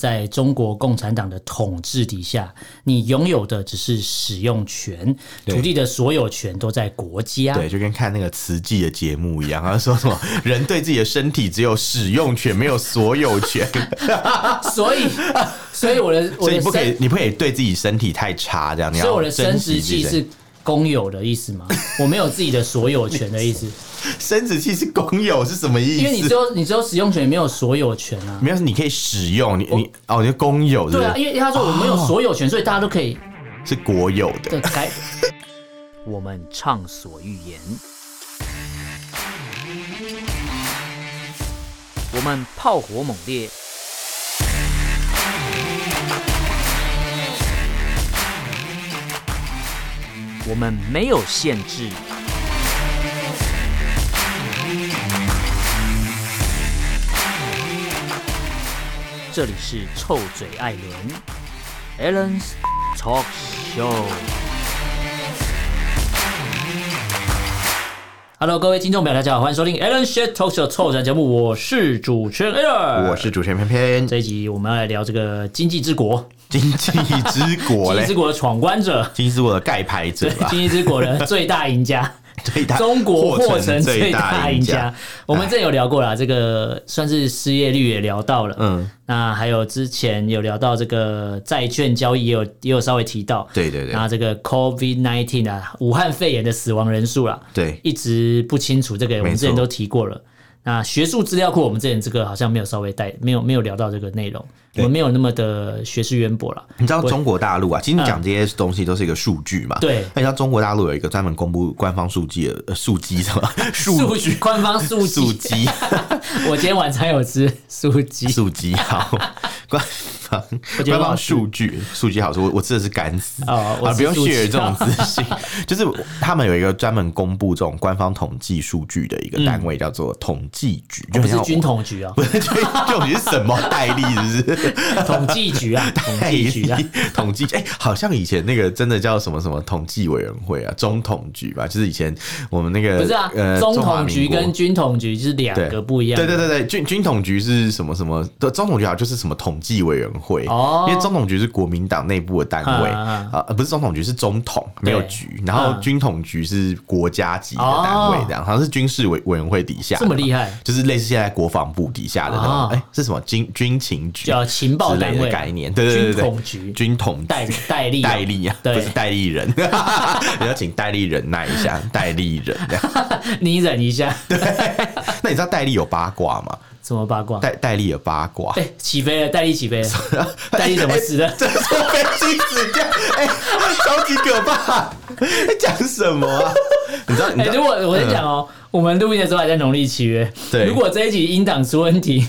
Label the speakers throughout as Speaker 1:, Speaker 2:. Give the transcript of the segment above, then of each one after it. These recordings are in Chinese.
Speaker 1: 在中国共产党的统治底下，你拥有的只是使用权，
Speaker 2: 对
Speaker 1: 土地的所有权都在国家。
Speaker 2: 啊对，就跟看那个慈济的节目一样，他说什么人对自己的身体只有使用权，没有所有 权，
Speaker 1: 所以，所以我 的我
Speaker 2: 所以
Speaker 1: 的
Speaker 2: 你不可以
Speaker 1: 生，，
Speaker 2: 你不可以对自己身体太差，这样。你
Speaker 1: 所以我
Speaker 2: 要
Speaker 1: 的生
Speaker 2: 珍惜
Speaker 1: 殖
Speaker 2: 自
Speaker 1: 器
Speaker 2: 己身
Speaker 1: 是公有的意思 吗？我没有自己的所有权的意思，
Speaker 2: 生 殖器是公有是什么意思？
Speaker 1: 因为你只有你只有使用权，没有所有权啊。
Speaker 2: 没有，你可以使用你你哦，你是公有是不
Speaker 1: 对
Speaker 2: 是
Speaker 1: 啊，因为他说我没
Speaker 2: 哦
Speaker 1: 有所有权，所以大家都可以
Speaker 2: 是国有的。
Speaker 1: 的改。我们畅所欲言，我们炮火猛烈，我们没有限制。这里是臭嘴艾伦 a l l e n s Talk Show。Hello，各位听众朋友，大家好，欢迎收听 Alan s h a t Talk Show 臭嘴节目，我是主持人 Alan，
Speaker 2: 我是主持人偏
Speaker 1: 这
Speaker 2: 偏，
Speaker 1: 一集我们要来聊这个经济之国，
Speaker 2: 经济之国
Speaker 1: 经济
Speaker 2: 嘞啊
Speaker 1: 之，国的闯关者，
Speaker 2: 经济之国的盖牌者
Speaker 1: 对，
Speaker 2: 吧，
Speaker 1: 经济之国的最大赢家。
Speaker 2: 最大
Speaker 1: 中国
Speaker 2: 获
Speaker 1: 获成最大赢
Speaker 2: 家
Speaker 1: 家。，我们这有聊过啦，这个算是失业率也聊到了，
Speaker 2: 嗯，
Speaker 1: 那还有之前有聊到这个债券交易，也有也有稍微提到，
Speaker 2: 对对对
Speaker 1: 那这个 COVID nineteen 啊，武汉肺炎的死亡人数啦，啊
Speaker 2: 对
Speaker 1: 一直不清楚，这个我们之前
Speaker 2: 没错
Speaker 1: 都提过了。那学术资料库，我们之前这个好像没有稍微带，没有没有聊到这个内容，我们没有那么的学识渊博了。
Speaker 2: 你知道中国大陆啊，其实你讲这些东西都是一个数据嘛。
Speaker 1: 嗯对
Speaker 2: 那你知道中国大陆有一个专门公布官方数据的呃数据什 么数
Speaker 1: 据官方数
Speaker 2: 数
Speaker 1: 据，
Speaker 2: 据
Speaker 1: 我今天晚餐有吃素鸡，
Speaker 2: 数据好，官方
Speaker 1: 觉得
Speaker 2: 官
Speaker 1: 我好
Speaker 2: 方
Speaker 1: 吃
Speaker 2: 数据数据好吃，我我吃的是干死
Speaker 1: 哦我
Speaker 2: 啊，
Speaker 1: 吃
Speaker 2: 不用
Speaker 1: 素鸡
Speaker 2: 学这种资讯， 就是他们有一个专门公布这种官方统计数据的一个单位，叫做统计局，就
Speaker 1: 嗯不
Speaker 2: 很
Speaker 1: 是
Speaker 2: 像
Speaker 1: 军 统局啊、
Speaker 2: 不是军统局是什么戴笠是不是？
Speaker 1: 统计局 啊，统计局啊，
Speaker 2: 统计哎、好像以前那个真的叫什么什么统计委员会啊，中统局吧，就是以前我们那个
Speaker 1: 不是啊，
Speaker 2: 呃，
Speaker 1: 中
Speaker 2: 华
Speaker 1: 统
Speaker 2: 民
Speaker 1: 局
Speaker 2: 国
Speaker 1: 跟军统局是两
Speaker 2: 对
Speaker 1: 个不一样的。
Speaker 2: 对对对对，军军统局是什么什么？对，中统局好像就是什么统计委员会
Speaker 1: 哦
Speaker 2: 因为中统局是国民党内部的单位
Speaker 1: 啊
Speaker 2: 啊、呃不是中统局是中统没有局，然后
Speaker 1: 嗯
Speaker 2: 军统局是国家级的单位，这样、好像是军事委委员会底下
Speaker 1: 哦
Speaker 2: 的
Speaker 1: 这么
Speaker 2: 嘛，
Speaker 1: 厉害
Speaker 2: 就是类似现在国防部底下的那种，
Speaker 1: 啊
Speaker 2: 哎、是什么军军情局
Speaker 1: 叫情报
Speaker 2: 之类
Speaker 1: 单位
Speaker 2: 的概念，对对对对，
Speaker 1: 军统局
Speaker 2: 军统局
Speaker 1: 戴戴笠啊
Speaker 2: 戴笠啊，不
Speaker 1: 对
Speaker 2: 是戴笠 人，你要请戴笠忍耐一下，戴笠 人这样。
Speaker 1: 你忍一 下，
Speaker 2: 那你知道戴笠有八卦吗？
Speaker 1: 什么八卦？
Speaker 2: 戴戴笠有八卦，哎
Speaker 1: 哎、起飞了，戴笠起飞了，戴笠怎么 死的？
Speaker 2: 这坐飞机死掉，哎、超级可 怕！在讲什么啊？你知 道？你
Speaker 1: 哎、
Speaker 2: 知道？嗯
Speaker 1: 如果我跟你讲哦、我们录音的时候还在农历七月，
Speaker 2: 对
Speaker 1: 如果这一集音档出问题，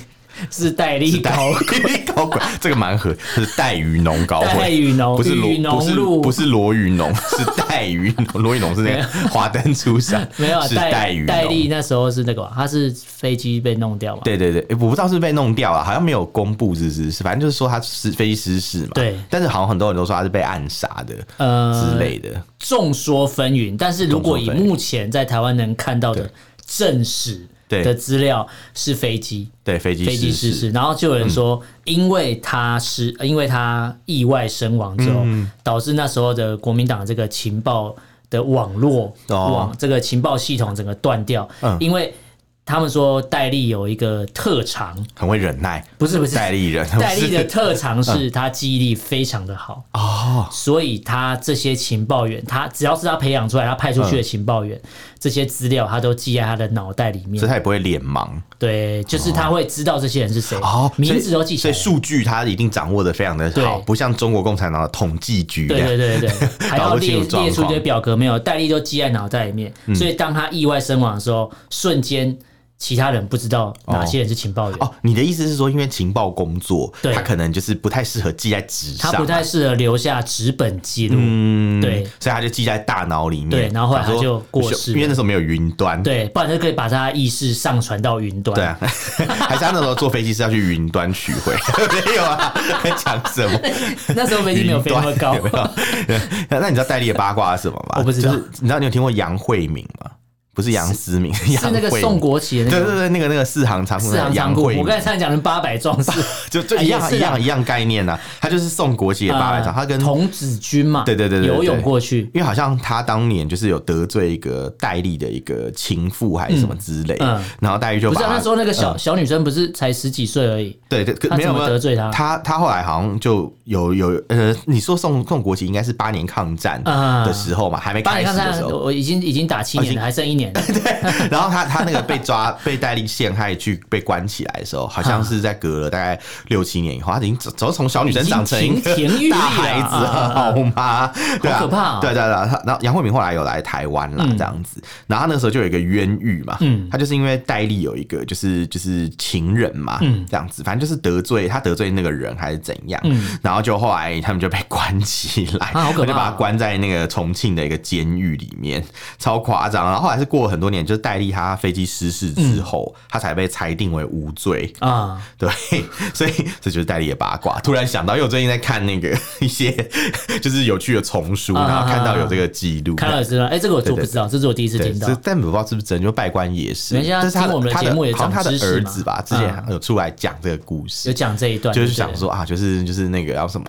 Speaker 1: 是戴笠搞
Speaker 2: 高高鬼，这个蛮合，是带鱼农高
Speaker 1: 戴
Speaker 2: 会。
Speaker 1: 雨农，
Speaker 2: 不是
Speaker 1: 雨
Speaker 2: 罗，不
Speaker 1: 农
Speaker 2: 是
Speaker 1: 路，
Speaker 2: 不是罗雨农，是带鱼农。罗雨农是那个华灯初上，
Speaker 1: 没有啊
Speaker 2: 是带
Speaker 1: 戴
Speaker 2: 鱼哦
Speaker 1: 戴笠
Speaker 2: 农。
Speaker 1: 那时候是那个吧，他是飞机被弄掉嘛？
Speaker 2: 对对对，诶我不知道是被弄掉了，好像没有公布，是是是，反正就是说他是飞机失事嘛。
Speaker 1: 对
Speaker 2: 但是好像很多人都说他是被暗杀的，
Speaker 1: 呃
Speaker 2: 之类的。
Speaker 1: 众说纷纭，但是如果以
Speaker 2: 众说纷纭
Speaker 1: 目前在台湾能看到的
Speaker 2: 对
Speaker 1: 正史
Speaker 2: 对
Speaker 1: 的资料是飞机。
Speaker 2: 对，飞机
Speaker 1: 飞机失事，然后就有人说，
Speaker 2: 嗯
Speaker 1: 因为他失，因为他意外身亡之后，
Speaker 2: 嗯
Speaker 1: 导致那时候的国民党这个情报的网络、
Speaker 2: 哦
Speaker 1: 网这个情报系统整个断掉，
Speaker 2: 嗯
Speaker 1: 因为他们说戴笠有一个特长，
Speaker 2: 很会忍 耐。
Speaker 1: 不是不是，
Speaker 2: 戴 笠人，
Speaker 1: 戴笠的
Speaker 2: 不是嗯
Speaker 1: 特长是他记忆力非常的好，
Speaker 2: 哦，
Speaker 1: 所以他这些情报员，他只要是他培养出来，他派出去的情报员，这些资料他都记在他的脑袋里面
Speaker 2: 嗯所以。他也不会脸盲
Speaker 1: 对，就是他会知道这些人是谁，
Speaker 2: 哦，
Speaker 1: 名字都记起
Speaker 2: 所以
Speaker 1: 来。
Speaker 2: 数据他一定掌握的非常的好，
Speaker 1: 对
Speaker 2: 不像中国共产党的统计局这
Speaker 1: 对
Speaker 2: 样
Speaker 1: 对对对， 对还要
Speaker 2: 搞不清
Speaker 1: 列
Speaker 2: 楚状
Speaker 1: 列出一
Speaker 2: 况
Speaker 1: 堆表格，没有戴笠都记在脑袋里面，所以当他意外身亡的时候，瞬间其他人不知道哪些人是情报员，
Speaker 2: 哦，你的意思是说，因为情报工作，
Speaker 1: 对
Speaker 2: 他可能就是不太适合记在纸上
Speaker 1: 他
Speaker 2: 嘛，
Speaker 1: 不太适合留下纸本记录。
Speaker 2: 嗯，
Speaker 1: 对
Speaker 2: 所以他就记在大脑里面。
Speaker 1: 对然后后来他
Speaker 2: 想说
Speaker 1: 就过世了
Speaker 2: 因为那时候没有云端，
Speaker 1: 对，不然就可以把他意识上传到云端。
Speaker 2: 对啊， 还是他那时候坐飞机是要去云端取回， 没有啊，在讲 什么？
Speaker 1: 那时候飞机没有飞那么高
Speaker 2: 云， 端有没有那你知道戴笠的八卦是什么吗？
Speaker 1: 我不知道
Speaker 2: 就是你知道你有听过杨惠敏吗？不是杨思明，是
Speaker 1: 是那个
Speaker 2: 杨惠
Speaker 1: 宋国旗的那
Speaker 2: 对
Speaker 1: 个
Speaker 2: 对对，那个那个四行仓库
Speaker 1: 四行仓
Speaker 2: 杨
Speaker 1: 库。
Speaker 2: 惠
Speaker 1: 我
Speaker 2: 明
Speaker 1: 刚才差点讲成八百壮 士，
Speaker 2: 就就
Speaker 1: 哎
Speaker 2: 一样
Speaker 1: 也
Speaker 2: 一
Speaker 1: 是啊
Speaker 2: 样一样概念呐、啊，他就是宋国旗的八百场，他跟
Speaker 1: 童子军嘛，
Speaker 2: 对对对对对
Speaker 1: 游泳过去。
Speaker 2: 因为好像他当年就是有得罪一个戴笠的一个情妇还是什么之类的，
Speaker 1: 嗯嗯
Speaker 2: 然后戴笠就
Speaker 1: 不
Speaker 2: 把
Speaker 1: 是啊
Speaker 2: 他
Speaker 1: 那时候那个
Speaker 2: 嗯
Speaker 1: 小小女生不是才十几岁而已，
Speaker 2: 对对，可
Speaker 1: 他
Speaker 2: 没有
Speaker 1: 怎么
Speaker 2: 没有
Speaker 1: 得罪他
Speaker 2: 他他后来好像就有有呃，你说宋宋国旗应该是八年抗战
Speaker 1: 啊
Speaker 2: 的时候嘛，还没
Speaker 1: 八
Speaker 2: 开
Speaker 1: 年抗
Speaker 2: 始的
Speaker 1: 战
Speaker 2: 时，候。哦
Speaker 1: 我已经已经打七年了，还剩一年。
Speaker 2: 然后他他那个被抓 被戴笠陷害去被关起来的时候，好像是在隔了大概六七年以后，他已经早早从小女生长成
Speaker 1: 已
Speaker 2: 一
Speaker 1: 经
Speaker 2: 个
Speaker 1: 亭亭玉立了
Speaker 2: 大孩子
Speaker 1: 啊
Speaker 2: 了，
Speaker 1: 啊啊
Speaker 2: 好吗？对啊
Speaker 1: 好可怕哦
Speaker 2: 对对对，他然后杨惠明后来有来台湾啦，这样子，然后他那个时候就有一个冤狱嘛，
Speaker 1: 嗯
Speaker 2: 他就是因为戴笠有一个就是就是情人嘛，
Speaker 1: 嗯
Speaker 2: 这样子，反正就是得罪他得罪那个人还是怎样，
Speaker 1: 嗯
Speaker 2: 然后就后来他们就被关起来，
Speaker 1: 啊好可怕哦
Speaker 2: 我就把他关在那个重庆的一个监狱里面，超夸张。然后后来是过了很多年，就是戴笠他飞机失事之后，他才被裁定为无罪。
Speaker 1: 啊，
Speaker 2: 对， 所以这就是戴笠的八卦。突然想到，因为我最近在看那个一些就是有趣的丛书，
Speaker 1: 啊
Speaker 2: 然后看到有这个记录。
Speaker 1: 看到也知道，哎，这个我就
Speaker 2: 对对
Speaker 1: 不知道，这是我第一次
Speaker 2: 对，
Speaker 1: 听到
Speaker 2: 这。但我不知道是不是真，就拜官也是。
Speaker 1: 没关系啊
Speaker 2: 但是他
Speaker 1: 听我们的
Speaker 2: 他
Speaker 1: 节目也
Speaker 2: 好像
Speaker 1: 长
Speaker 2: 他的
Speaker 1: 知识
Speaker 2: 儿
Speaker 1: 嘛
Speaker 2: 子吧，之前
Speaker 1: 啊
Speaker 2: 有出来讲这个故事
Speaker 1: 有，讲这一段，
Speaker 2: 就是
Speaker 1: 对
Speaker 2: 想，说啊，就是就是那个要什么，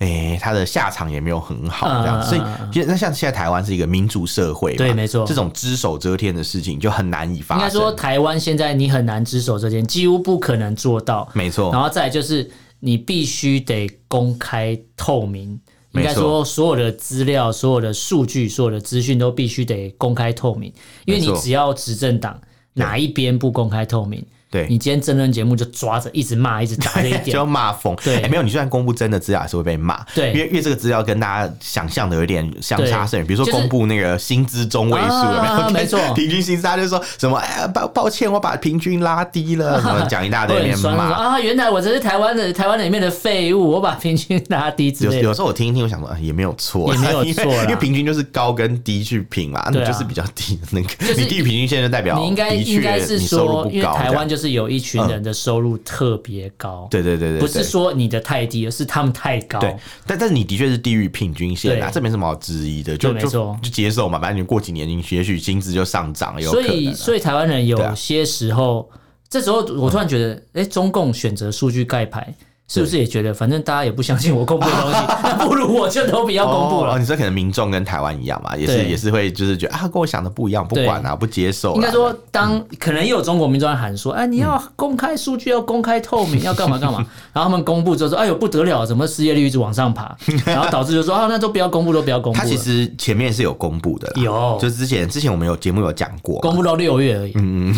Speaker 2: 诶、他的下场也没有很好这
Speaker 1: 嗯
Speaker 2: 样，
Speaker 1: 嗯
Speaker 2: 所以
Speaker 1: 嗯
Speaker 2: 其实那像现在台湾是一个民主社会嘛，
Speaker 1: 对没错
Speaker 2: 这种只手遮天的事情就很难以发
Speaker 1: 应
Speaker 2: 生。
Speaker 1: 该说台湾现在你很难只手遮天，几乎不可能做到。
Speaker 2: 没
Speaker 1: 然
Speaker 2: 错，
Speaker 1: 后再来就是你必须得公开透明，
Speaker 2: 没错
Speaker 1: 应该说所有的资料、所有的数据、所有的资讯都必须得公开透明，因为
Speaker 2: 没
Speaker 1: 你
Speaker 2: 错
Speaker 1: 只要执政党哪一边不公开透明，你
Speaker 2: 对，
Speaker 1: 今天争论节目就抓着一直骂、一直打这一
Speaker 2: 就要
Speaker 1: 点。
Speaker 2: 骂疯。
Speaker 1: 对
Speaker 2: 诶没有，你就算公布真的资料还是会被骂，
Speaker 1: 对
Speaker 2: 因为因为这个资料跟大家想象的有点相差甚远。比如说
Speaker 1: 就是
Speaker 2: 公布那个薪资中位数有没有？
Speaker 1: 啊
Speaker 2: 跟
Speaker 1: 没错
Speaker 2: 平均薪资他就说什么？哎呀，抱抱歉，我把平均拉 低了，什么讲一大堆，
Speaker 1: 会很
Speaker 2: 连
Speaker 1: 酸
Speaker 2: 骂
Speaker 1: 说。啊！原来我这是台湾的台湾里面的废物，我把平均拉低之
Speaker 2: 有
Speaker 1: 类
Speaker 2: 有
Speaker 1: 的。
Speaker 2: 时候我听一听，我想说、啊、也没有错啦，
Speaker 1: 也没有错
Speaker 2: 因为
Speaker 1: 啦
Speaker 2: 因为平均就是高跟低去平嘛，
Speaker 1: 对
Speaker 2: 你
Speaker 1: 啊
Speaker 2: 就是比较低的那个，
Speaker 1: 是
Speaker 2: 你低于平均线就代表
Speaker 1: 你应该
Speaker 2: 的确
Speaker 1: 应该是
Speaker 2: 你收入
Speaker 1: 说，
Speaker 2: 不
Speaker 1: 因为
Speaker 2: 高，
Speaker 1: 台
Speaker 2: 这
Speaker 1: 湾
Speaker 2: 样嗯
Speaker 1: 就是有一群人的收入特别高，
Speaker 2: 对对对对，
Speaker 1: 不是
Speaker 2: 对
Speaker 1: 说你的太低，而是他们太高。
Speaker 2: 对，但但是你的确是低于平均线啊，
Speaker 1: 对
Speaker 2: 这没什么好质疑的，就
Speaker 1: 对没
Speaker 2: 就
Speaker 1: 错
Speaker 2: 就接受嘛，反正你过几年，你也许薪资就上涨了，有可
Speaker 1: 所
Speaker 2: 能啊、
Speaker 1: 以，所以台湾人
Speaker 2: 对啊嗯
Speaker 1: 有些时候，这时候我突然觉得，哎、中共选择数据盖牌，是不是也觉得，反正大家也不相信我公布的东西，那不如我就都不要公布
Speaker 2: 哦哦
Speaker 1: 了。
Speaker 2: 你说可能民众跟台湾一样嘛，也是
Speaker 1: 对
Speaker 2: 也是会就是觉得啊，跟我想的不一样，不管啊，不接受啦。
Speaker 1: 应该说，当可能也有中国民众在喊说：“哎，你要
Speaker 2: 嗯
Speaker 1: 公开数据，要公开透明，要干嘛干嘛。”然后他们公布之后说：“哎呦，不得了，怎么失业率一直往上爬？”然后导致就说：“啊，那都不要公布，都不要公布
Speaker 2: 他
Speaker 1: 了。”
Speaker 2: 其实前面是有公布的啦，
Speaker 1: 有
Speaker 2: 就之前之前我们有节目有讲过嘛，
Speaker 1: 公布到六月而已。
Speaker 2: 嗯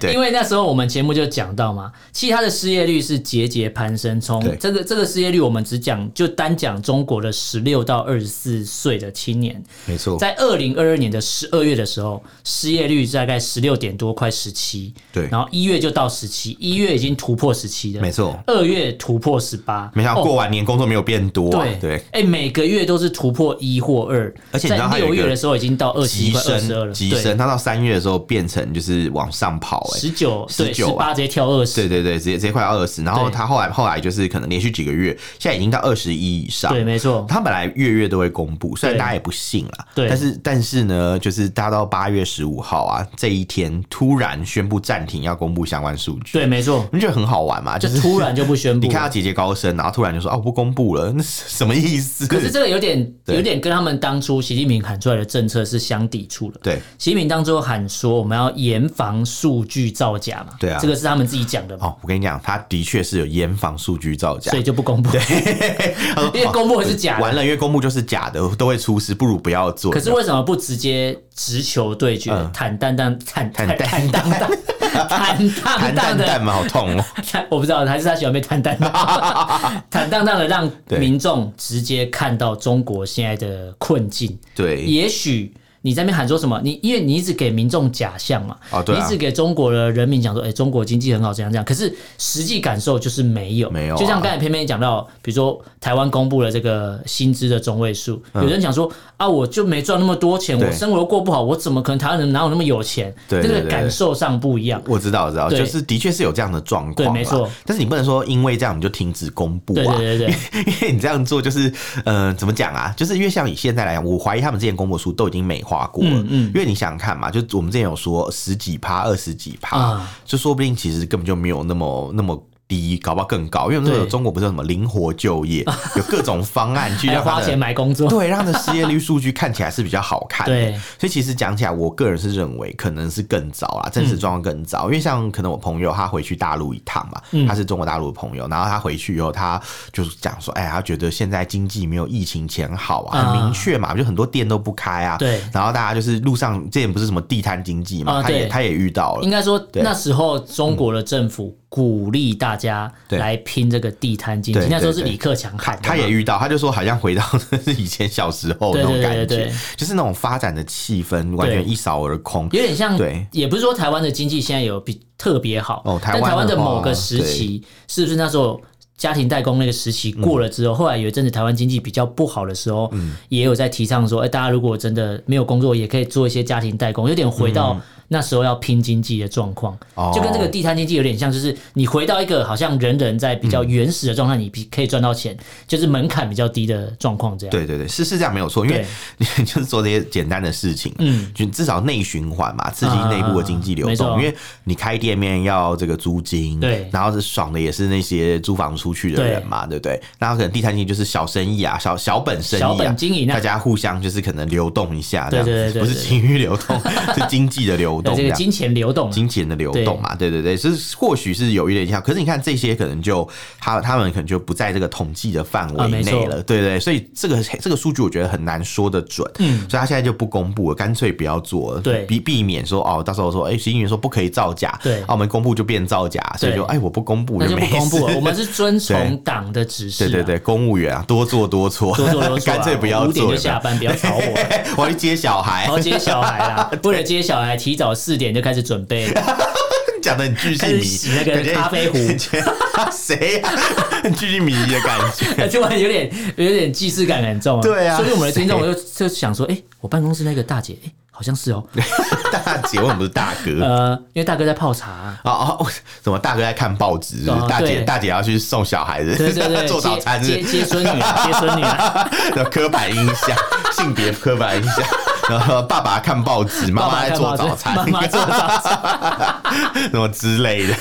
Speaker 2: 对
Speaker 1: 因为那时候我们节目就讲到嘛，其实它的失业率是节节攀升，从
Speaker 2: 对
Speaker 1: 这个这个失业率，我们只讲就单讲中国的十六到二十四岁的青年，
Speaker 2: 没错，
Speaker 1: 在二零二二年的十二月的时候，失业率大概十六点多，快十七，
Speaker 2: 对
Speaker 1: 然后一月就到十七，一月已经突破十七了，
Speaker 2: 没错
Speaker 1: 二月突破十八，
Speaker 2: 没想到
Speaker 1: 哦
Speaker 2: 过完年工作没有变多、啊，
Speaker 1: 对
Speaker 2: 对，
Speaker 1: 哎、每个月都是突破一或二，
Speaker 2: 而且你知道
Speaker 1: 在
Speaker 2: 它有一
Speaker 1: 六
Speaker 2: 个
Speaker 1: 月的时候已经到二七
Speaker 2: 急
Speaker 1: 快二十二了，
Speaker 2: 升急升，他到三月的时候变成就是往上跑、哎，
Speaker 1: 十九对十
Speaker 2: 19啊
Speaker 1: 八直接跳二
Speaker 2: 对
Speaker 1: 十，
Speaker 2: 对对，直接直接快二十，然后
Speaker 1: 对
Speaker 2: 他后来后来就是可能连续几个月，现在已经到二十一以上。
Speaker 1: 对，没错，
Speaker 2: 他本来月月都会公布，虽然
Speaker 1: 对
Speaker 2: 大家也不信啦，
Speaker 1: 对
Speaker 2: 但是但是呢，就是大家到八月十五号啊这一天突然宣布暂停要公布相关数据，
Speaker 1: 对，没错。
Speaker 2: 你觉得很好玩嘛？
Speaker 1: 就
Speaker 2: 就是
Speaker 1: 突然就不宣布了。
Speaker 2: 你看到啊节节高升，然后突然就说哦不公布了，那是什么意思？
Speaker 1: 可是这个有点
Speaker 2: 对
Speaker 1: 有点跟他们当初习近平喊出来的政策是相抵触的。
Speaker 2: 对
Speaker 1: 习近平当初喊说我们要严防数据造假嘛，
Speaker 2: 对啊
Speaker 1: 这个是他们自己讲的嘛，
Speaker 2: 哦，我跟你讲，他的确是有严防数据造假哦
Speaker 1: 所，以就不公布， 因为公布的是假的。
Speaker 2: 完了，因为公布就是假的，都会出事，不如不要做。
Speaker 1: 可是为什么不直接直球对决，
Speaker 2: 嗯
Speaker 1: 坦荡荡、坦坦
Speaker 2: 坦荡
Speaker 1: 坦 荡荡、坦
Speaker 2: 弹
Speaker 1: 荡荡
Speaker 2: 蛋
Speaker 1: 的
Speaker 2: 蛋嘛，好 痛哦！
Speaker 1: 坦我不知道，还是他喜欢被坦荡 荡、坦荡荡的让
Speaker 2: 对
Speaker 1: 民众直接看到中国现在的困境。
Speaker 2: 对，
Speaker 1: 也许你在那边喊说什么，你因为你一直给民众假象嘛，
Speaker 2: 哦对啊
Speaker 1: 你一直给中国的人民讲说，哎、中国经济很好，怎样怎样，可是实际感受就是没有，
Speaker 2: 没有啊
Speaker 1: 就像刚才偏偏讲到，比如说台湾公布了这个薪资的中位数，有人讲说啊，我就没赚那么多钱，
Speaker 2: 嗯对
Speaker 1: 我生活都过不好，我怎么可能台湾人哪有那么有钱？
Speaker 2: 对对
Speaker 1: 这
Speaker 2: 对
Speaker 1: 个感受上不一样。
Speaker 2: 我知道，我知道，
Speaker 1: 对
Speaker 2: 就是的确是有这样的状况，
Speaker 1: 对没错。
Speaker 2: 但是你不能说因为这样你就停止公布
Speaker 1: 对
Speaker 2: 啊，
Speaker 1: 对 对对，
Speaker 2: 因为你这样做就是，呃，怎么讲啊？就是因为像以现在来讲，我怀疑他们之前公布的书都已经美划过了。
Speaker 1: 嗯嗯
Speaker 2: 因为你想想看嘛，就我们之前有说十几趴、二十几趴，
Speaker 1: 啊
Speaker 2: 就说不定其实根本就没有那么那么。低，搞不好更高，因为那时候
Speaker 1: 对
Speaker 2: 中国不是有什么灵活 就业，有各种方案去
Speaker 1: 还
Speaker 2: 让他
Speaker 1: 花
Speaker 2: 的
Speaker 1: 钱买工 作，
Speaker 2: 对，让他的失业率数据看起来是比较好看的。
Speaker 1: 对
Speaker 2: 所以其实讲起来，我个人是认为可能是更糟啦，真
Speaker 1: 嗯
Speaker 2: 实状况更糟。因为像可能我朋友他回去大陆一趟嘛，
Speaker 1: 嗯
Speaker 2: 他是中国大陆的朋友，然后他回去以后，他就是讲说，哎、他觉得现在经济没有疫情前好啊，很
Speaker 1: 啊
Speaker 2: 明确嘛，就很多店都不开啊。
Speaker 1: 对
Speaker 2: 然后大家就是路上之前不是什么地摊经济嘛，
Speaker 1: 啊
Speaker 2: 他也
Speaker 1: 对
Speaker 2: 他也遇到了
Speaker 1: 应。该说
Speaker 2: 对
Speaker 1: 那时候中国的政府鼓励大家
Speaker 2: 嗯对
Speaker 1: 来拼这个地摊经济
Speaker 2: 对，
Speaker 1: 那时候
Speaker 2: 对
Speaker 1: 是
Speaker 2: 对
Speaker 1: 李克强喊的嘛，
Speaker 2: 他也遇到，他就说好像回到 以前小时候那种
Speaker 1: 对对
Speaker 2: 感觉，
Speaker 1: 对对对
Speaker 2: 就是那种发展的气氛完全一扫而空。
Speaker 1: 有点像
Speaker 2: 对，
Speaker 1: 也不是说台湾的经济现在有比特别好，
Speaker 2: 哦台湾
Speaker 1: 但台湾
Speaker 2: 的
Speaker 1: 的
Speaker 2: 话
Speaker 1: 某个时期，是不是那时候家庭代工那个时期过了之后，后来有一阵子台湾经济比较不好的时候，
Speaker 2: 嗯
Speaker 1: 也有在提倡说，哎、大家如果真的没有工作，也可以做一些家庭代工，有点回到那时候要拼经济的状况，
Speaker 2: 嗯哦
Speaker 1: 就跟这个地摊经济有点像，就是你回到一个好像人人在比较原始的状态，你比可以赚到钱，就是门槛比较低的状况这样。
Speaker 2: 对对对，是是这样没有错，因为你 就是做这些简单的事情，嗯
Speaker 1: 嗯，
Speaker 2: 就至少内循环嘛，刺激
Speaker 1: 啊
Speaker 2: 内部的经济流
Speaker 1: 没
Speaker 2: 动。
Speaker 1: 错
Speaker 2: 因为你开店面要这个租金，
Speaker 1: 对
Speaker 2: 然后是爽的也是那些租房出去的人嘛，对不对？那可能第三季就是小生意啊，小小本生意、啊，
Speaker 1: 小本经营啊
Speaker 2: 大家互相就是可能流动一下，这样子，
Speaker 1: 对对对对
Speaker 2: 不是情欲流 动，是经济的流动，
Speaker 1: 对
Speaker 2: 这
Speaker 1: 这个
Speaker 2: 样。
Speaker 1: 金钱流动啊，
Speaker 2: 金钱的流动嘛，对对对，是或许是有一点像，可是你看这些可能就他他们可能就不在这个统计的范围
Speaker 1: 啊没错
Speaker 2: 内了，对对，所以这个这个数据我觉得很难说的准，嗯，所以他现在就不公布了，干脆不要做了，
Speaker 1: 对
Speaker 2: 避避免说哦，到时候说哎，习近平说不可以造假，
Speaker 1: 对
Speaker 2: 啊，我们公布就变造假，所以就
Speaker 1: 对
Speaker 2: 哎我不公布
Speaker 1: 那就
Speaker 2: 没
Speaker 1: 不公布
Speaker 2: 事
Speaker 1: 了，我们是遵
Speaker 2: 对
Speaker 1: 从党的指示、啊。
Speaker 2: 对对对，公务员啊，多做多错，
Speaker 1: 多 做多错啊，
Speaker 2: 干脆不要
Speaker 1: 五点就
Speaker 2: 做，有没有
Speaker 1: 下班，不要吵我。
Speaker 2: 我要去接小孩
Speaker 1: 然，后接小孩 啦，为了接小孩，提早四点就开始准备了。
Speaker 2: 讲的很巨细
Speaker 1: 开始洗那
Speaker 2: 靡，
Speaker 1: 个
Speaker 2: 感觉
Speaker 1: 咖啡壶
Speaker 2: 感觉啊谁呀、很巨细靡遗的感 觉。
Speaker 1: 突然有点有点既视感很重啊。
Speaker 2: 对啊
Speaker 1: 所以我们的听众我就就想说，哎，我办公室那个大姐，哎，好像是 哦。
Speaker 2: 大姐，为什么不是大哥？
Speaker 1: 呃，因为大哥在泡茶啊。
Speaker 2: 哦哦，怎么大哥在看报纸？是不是
Speaker 1: 哦
Speaker 2: 大姐，
Speaker 1: 对
Speaker 2: 大姐要去送小孩子，
Speaker 1: 对对 对，
Speaker 2: 做早
Speaker 1: 接
Speaker 2: 餐是
Speaker 1: 接接孙女 啊，接孙女啊，
Speaker 2: 不是有刻板印 象，性别刻板印象。然后爸爸看报纸，妈
Speaker 1: 爸
Speaker 2: 妈
Speaker 1: 爸
Speaker 2: 在
Speaker 1: 干
Speaker 2: 做
Speaker 1: 嘛
Speaker 2: 早餐，
Speaker 1: 妈妈做早餐，
Speaker 2: 什么之类的。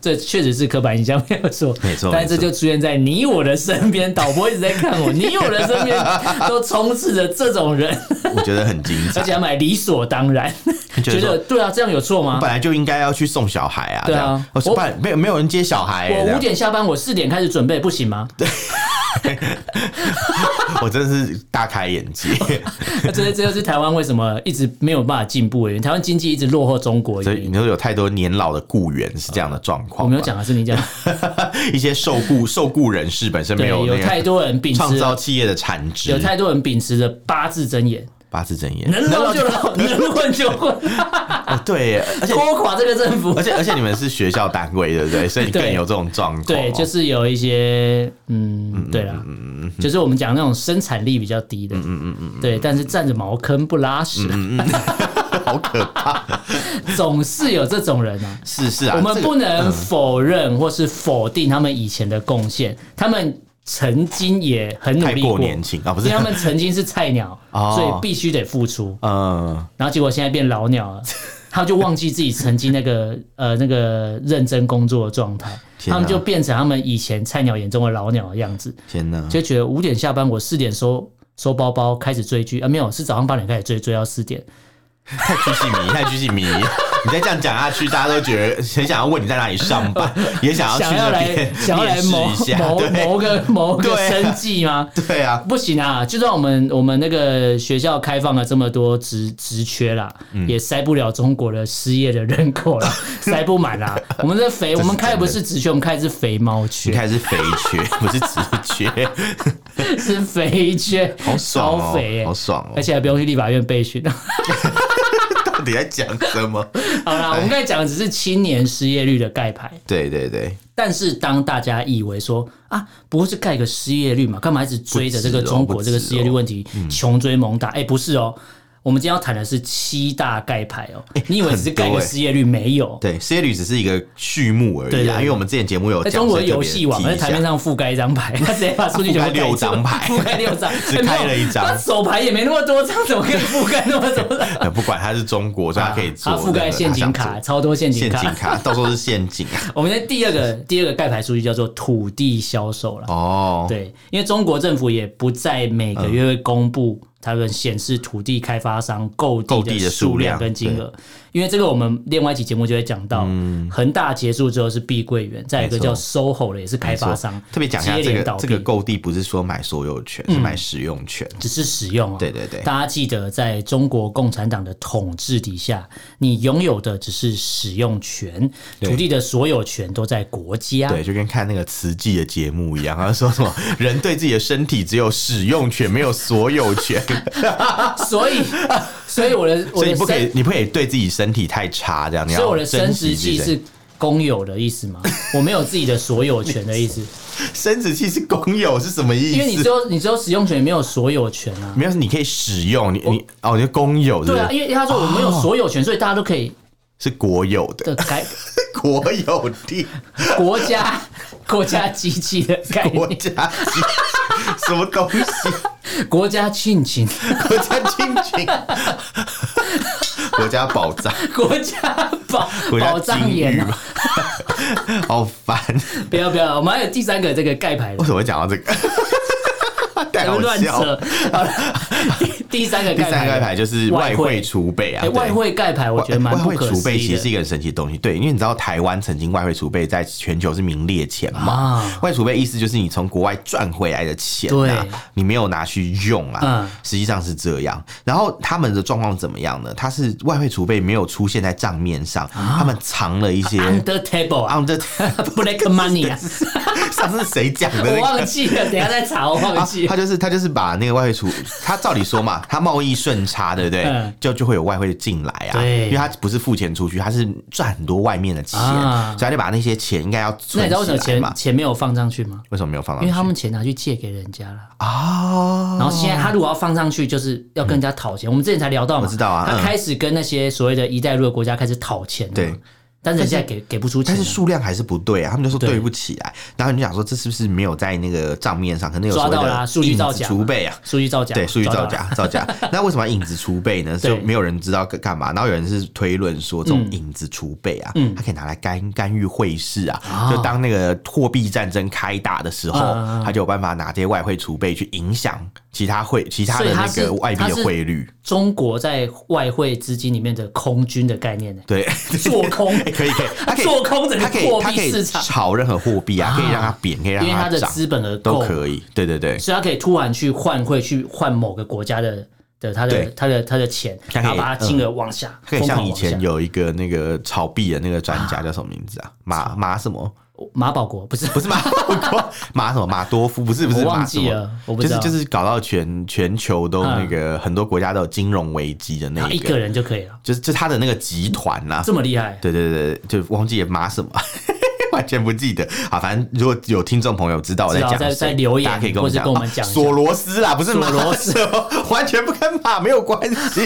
Speaker 1: 这确实是刻板印象，没有错，
Speaker 2: 没错
Speaker 1: 但是这
Speaker 2: 没错
Speaker 1: 就出现在你我的身边，导播一直在看我，你我的身边都充斥着这种人，
Speaker 2: 我觉得很精 彩
Speaker 1: 而且。还买理所当然，
Speaker 2: 觉得
Speaker 1: 觉
Speaker 2: 说
Speaker 1: 得对啊，这样有错吗
Speaker 2: 本？来就应该要去送小孩啊，
Speaker 1: 对啊
Speaker 2: 这样，
Speaker 1: 我
Speaker 2: 不然没有没有人接小孩欸。这
Speaker 1: 我
Speaker 2: 样
Speaker 1: 五点下班，我四点开始准备，不行 吗？
Speaker 2: 我真的是大开眼界。
Speaker 1: 这啊这就是台湾为什么一直没有办法进步的原因，台湾经济一直落后中国的
Speaker 2: 所
Speaker 1: 原
Speaker 2: 以哦
Speaker 1: 因。
Speaker 2: 你说有太多年老的雇员是这样的状况吗，
Speaker 1: 我没有讲的是你讲，
Speaker 2: 一些受雇受雇人士本身没
Speaker 1: 对，
Speaker 2: 有
Speaker 1: 有
Speaker 2: 那
Speaker 1: 太
Speaker 2: 个
Speaker 1: 多人秉
Speaker 2: 创
Speaker 1: 持
Speaker 2: 造
Speaker 1: 了
Speaker 2: 企业的产值，
Speaker 1: 有太多人秉持着八字真言，
Speaker 2: 八字真言，
Speaker 1: 能捞就捞，能混就混，
Speaker 2: 哦 对，而且
Speaker 1: 拖垮这个政府
Speaker 2: 而。且而且你们是学校单位，对不对？所以你 更
Speaker 1: 对
Speaker 2: 有这种状况，
Speaker 1: 对，就是是有一些，嗯，对啦，就是我们讲那种生产力比较低的，嗯嗯嗯，对，但是占着茅坑不拉屎，
Speaker 2: 好可怕，
Speaker 1: 总是有这种人啊。
Speaker 2: 是是啊，
Speaker 1: 我们
Speaker 2: 这个
Speaker 1: 不能否认或是否定他们以前的贡献，他们曾经也很努
Speaker 2: 太
Speaker 1: 力
Speaker 2: 过年轻啊，不
Speaker 1: 因为
Speaker 2: 是
Speaker 1: 他们曾经是菜鸟，
Speaker 2: 哦
Speaker 1: 所以必须得付出，
Speaker 2: 嗯，
Speaker 1: 然后结果现在变老鸟 了。他们就忘记自己曾经那个呃那个认真工作的状态，
Speaker 2: 天啊哪
Speaker 1: 他们就变成他们以前菜鸟眼中的老鸟的样子，
Speaker 2: 天哪，
Speaker 1: 就觉得五点下班，我四点收收包包开始追剧啊，没有是早上八点开始追，追到四点，
Speaker 2: 太居细迷，太居细迷。你再这样讲下去，大家都觉得很想要问你在哪里 上班，也想要
Speaker 1: 想
Speaker 2: 去
Speaker 1: 要
Speaker 2: 那
Speaker 1: 来
Speaker 2: 边
Speaker 1: 想要来
Speaker 2: 面试
Speaker 1: 谋
Speaker 2: 一下，
Speaker 1: 谋
Speaker 2: 对
Speaker 1: 谋个谋个
Speaker 2: 对啊
Speaker 1: 生计吗？
Speaker 2: 对啊，
Speaker 1: 不行啊！就算我们我们那个学校开放了这么多职职缺啦，
Speaker 2: 嗯
Speaker 1: 也塞不了中国的失业的人口 啦，塞不满啦。我们这肥，我们开的不是职缺，我们开的是肥猫
Speaker 2: 你
Speaker 1: 缺，
Speaker 2: 看是肥缺， 不是直缺，
Speaker 1: 是肥缺，
Speaker 2: 好爽
Speaker 1: 超
Speaker 2: 哦
Speaker 1: 肥、，欸
Speaker 2: 好，爽哦
Speaker 1: 而。且还不用去立法院备询。
Speaker 2: 到底在讲什么？
Speaker 1: 好啦，我们刚才讲的只是青年失业率的盖牌，
Speaker 2: 对对对，
Speaker 1: 但是当大家以为说啊，不过是盖个失业率嘛，干嘛一直追着这个
Speaker 2: 不止哦
Speaker 1: 中国这个
Speaker 2: 不止哦
Speaker 1: 失业率问题穷追猛打？哎、不是哦。我们今天要谈的是七大盖牌哦、你以为只是盖
Speaker 2: 很
Speaker 1: 个
Speaker 2: 多欸
Speaker 1: 失业率没有？
Speaker 2: 对，失业率只是一个序幕而已啊，
Speaker 1: 对对对
Speaker 2: 欸因为我们之前节目有
Speaker 1: 在
Speaker 2: 讲，
Speaker 1: 哎中国
Speaker 2: 所以特
Speaker 1: 游
Speaker 2: 别
Speaker 1: 戏网
Speaker 2: 提一
Speaker 1: 在台面
Speaker 2: 下
Speaker 1: 上覆盖一张牌， 他直接把数据全部
Speaker 2: 覆盖六
Speaker 1: 改出来
Speaker 2: 张牌
Speaker 1: 覆盖六张，
Speaker 2: 只
Speaker 1: 哎没有
Speaker 2: 开了一张
Speaker 1: 他手牌也没那么多张，怎么可以覆盖那么多 张？
Speaker 2: 呃不管它是中国，所以它可以做
Speaker 1: 啊
Speaker 2: 啊
Speaker 1: 它覆盖
Speaker 2: 任何
Speaker 1: 陷
Speaker 2: 它
Speaker 1: 阱
Speaker 2: 想
Speaker 1: 卡，
Speaker 2: 做
Speaker 1: 超多陷阱
Speaker 2: 陷
Speaker 1: 卡。
Speaker 2: 阱 卡，到时候是陷阱啊。
Speaker 1: 我们的第二个第二个盖牌数据叫做土地销售了。
Speaker 2: 哦，
Speaker 1: 对，因为中国政府也不在每个月会公布他们显示土地开发商购
Speaker 2: 购
Speaker 1: 地
Speaker 2: 地
Speaker 1: 的
Speaker 2: 的数
Speaker 1: 数量
Speaker 2: 量
Speaker 1: 跟金额，因为这个我们另外一期节目就会讲到，恒大结束之后是碧桂园，再有一个
Speaker 2: 嗯没
Speaker 1: 叫
Speaker 2: 错
Speaker 1: SOHO 的也是开发商，
Speaker 2: 特别讲一下
Speaker 1: 接
Speaker 2: 这
Speaker 1: 连倒闭
Speaker 2: 个
Speaker 1: 嗯
Speaker 2: 这个购地不是说买所有权，是买使用权。
Speaker 1: 只是使用哦。
Speaker 2: 对对对
Speaker 1: 大家记得，在中国共产党的统治底下，你拥有的只是使用权，
Speaker 2: 对
Speaker 1: 土地的所有权都在国家。
Speaker 2: 对，就跟看那个慈济的节目一样，他说什么人对自己的身体只有使用权，没有所有权，
Speaker 1: 所以， 所以我的我
Speaker 2: 所
Speaker 1: 的
Speaker 2: 以你不可
Speaker 1: 身
Speaker 2: 以，你不可以对自己身体太差，这样。你
Speaker 1: 所以我
Speaker 2: 要
Speaker 1: 的生
Speaker 2: 珍惜
Speaker 1: 殖
Speaker 2: 自
Speaker 1: 器
Speaker 2: 己身
Speaker 1: 是公有的意思 吗？我没有自己的所有权的意思，
Speaker 2: 生殖器是公有是什么意
Speaker 1: 因
Speaker 2: 思？
Speaker 1: 为你只有你只有使用权，没有所有权啊。
Speaker 2: 没有，你可以使用，你你哦，你就公有是不
Speaker 1: 对
Speaker 2: 是
Speaker 1: 啊，因为他说我没有所有权，
Speaker 2: 哦
Speaker 1: 所以大家都可以
Speaker 2: 是国有的，
Speaker 1: 的改
Speaker 2: 国有地，
Speaker 1: 国家国家机器的概
Speaker 2: 国
Speaker 1: 念，
Speaker 2: 家 什么东西？
Speaker 1: 国家亲情，
Speaker 2: 国家亲情，国家宝藏，
Speaker 1: 国家宝
Speaker 2: 国家
Speaker 1: 宝藏
Speaker 2: 金玉
Speaker 1: 眼啊！
Speaker 2: 吧， 好烦！
Speaker 1: 不要不要，我们还有第三个这个盖牌
Speaker 2: 为
Speaker 1: 的，
Speaker 2: 什么会讲到这 个？ 太好
Speaker 1: 乱
Speaker 2: 笑了。
Speaker 1: 扯。好了，第第三个
Speaker 2: 第
Speaker 1: 盖牌
Speaker 2: 三个盖
Speaker 1: 的
Speaker 2: 牌就是外汇储备啊，
Speaker 1: 哎，
Speaker 2: 对
Speaker 1: 外。汇盖牌我觉得蛮
Speaker 2: 哎外
Speaker 1: 不
Speaker 2: 汇
Speaker 1: 可
Speaker 2: 储
Speaker 1: 思
Speaker 2: 备
Speaker 1: 议
Speaker 2: 其实是
Speaker 1: 的
Speaker 2: 一个很神奇的东西，对，因为你知道台湾曾经外汇储备在全球是名列前茅。
Speaker 1: 啊，
Speaker 2: 外储备意思就是你从国外赚回来的钱、啊
Speaker 1: 对，
Speaker 2: 你没有拿去用啊，
Speaker 1: 嗯
Speaker 2: 实际上是这样。然后他们的状况怎么样呢？它是外汇储备没有出现在账面上，
Speaker 1: 啊
Speaker 2: 他们藏了一些
Speaker 1: under table 啊
Speaker 2: under。
Speaker 1: ，black money 啊。
Speaker 2: 上次是谁讲的、那
Speaker 1: 我
Speaker 2: 个？
Speaker 1: 忘记了，等一下再查，我 忘
Speaker 2: 啊
Speaker 1: 记，了。
Speaker 2: 他就是他就是把那个外汇储， 他照理说嘛，他贸易顺差，对不对
Speaker 1: 嗯？
Speaker 2: 就就会有外汇进来啊，
Speaker 1: 对
Speaker 2: 因为他不是付钱出去，他是赚很多外面的钱，
Speaker 1: 啊
Speaker 2: 所以他就把那些钱应该要
Speaker 1: 那你
Speaker 2: 存
Speaker 1: 知道为什么
Speaker 2: 起来嘛
Speaker 1: 钱。钱没有放上去吗？
Speaker 2: 为什么没有放
Speaker 1: 因为
Speaker 2: 上去
Speaker 1: 他们钱拿去借给人家了，
Speaker 2: 啊？
Speaker 1: 然后现在他如果要放上去，就是要跟人家讨钱。我们之前才聊到嘛，
Speaker 2: 哦我知道啊
Speaker 1: 他
Speaker 2: 嗯
Speaker 1: 开始跟那些所谓的一带入的国家开始讨钱了嘛，
Speaker 2: 对，
Speaker 1: 但是人家给给不出钱
Speaker 2: 但
Speaker 1: 啊
Speaker 2: 是，数量还是不对啊，他们就说
Speaker 1: 对
Speaker 2: 对不起来，然后你就想说这是不是没有在那个账面上，可能有
Speaker 1: 抓
Speaker 2: 所谓
Speaker 1: 到啦
Speaker 2: 的
Speaker 1: 数据造假
Speaker 2: 影子储备啊。
Speaker 1: 数据造假，
Speaker 2: 对，数据
Speaker 1: 抓到
Speaker 2: 造
Speaker 1: 了，
Speaker 2: 假，造假。那为什么要影子储备 呢？
Speaker 1: 对嗯
Speaker 2: 就没有人知道干嘛。然后有人是推论说，这种影子储备啊，它可以拿来干干预汇市啊，就当那个货币战争开打的时候
Speaker 1: 嗯嗯嗯，
Speaker 2: 它就有办法拿这些外汇储备去影响其他汇、其他
Speaker 1: 所
Speaker 2: 的
Speaker 1: 以它
Speaker 2: 那
Speaker 1: 是
Speaker 2: 个外币
Speaker 1: 它是
Speaker 2: 的汇率。
Speaker 1: 中国在外汇资金里面的空军的概念呢，
Speaker 2: 对，
Speaker 1: 做空，
Speaker 2: 欸可以可以，它可以
Speaker 1: 做空整个
Speaker 2: 它可以
Speaker 1: 货
Speaker 2: 它可
Speaker 1: 币
Speaker 2: 以
Speaker 1: 市场，
Speaker 2: 炒任何货币啊，可以让它贬，可以让
Speaker 1: 因为它的
Speaker 2: 涨，
Speaker 1: 资本额
Speaker 2: 都
Speaker 1: 够，
Speaker 2: 可以。对对对，
Speaker 1: 所以他可以突然去换汇，去换某个国家的的他的
Speaker 2: 对
Speaker 1: 他的他的钱，
Speaker 2: 他可以嗯
Speaker 1: 然后把它金额往下，
Speaker 2: 可以
Speaker 1: 疯狂
Speaker 2: 像以
Speaker 1: 往
Speaker 2: 前
Speaker 1: 下
Speaker 2: 有一个那个炒币的那个专家叫什么名字啊？马马什么？
Speaker 1: 马保国不是
Speaker 2: 不是马马什么马多夫？不是不是
Speaker 1: 我忘
Speaker 2: 马什
Speaker 1: 记
Speaker 2: 么？
Speaker 1: 了，我不
Speaker 2: 就
Speaker 1: 知
Speaker 2: 是
Speaker 1: 道，嗯
Speaker 2: 就是搞到全全球都那个很多国家都有金融危机的 那
Speaker 1: 他一
Speaker 2: 一个，
Speaker 1: 个人就可以了，
Speaker 2: 就是就是他的那个集团呐、
Speaker 1: 这么厉害，
Speaker 2: 对对对，对就忘记了马什么。 完全不记得啊，反正如果有听众朋友知道我在
Speaker 1: 知道
Speaker 2: 讲
Speaker 1: 在
Speaker 2: 谁，
Speaker 1: 在留言
Speaker 2: 大家可以跟我
Speaker 1: 或是跟我们
Speaker 2: 们
Speaker 1: 讲
Speaker 2: 讲
Speaker 1: 一
Speaker 2: 啊
Speaker 1: 下
Speaker 2: 索罗斯啦，不是马
Speaker 1: 索罗斯
Speaker 2: 斯， 完全不跟马没有关 系。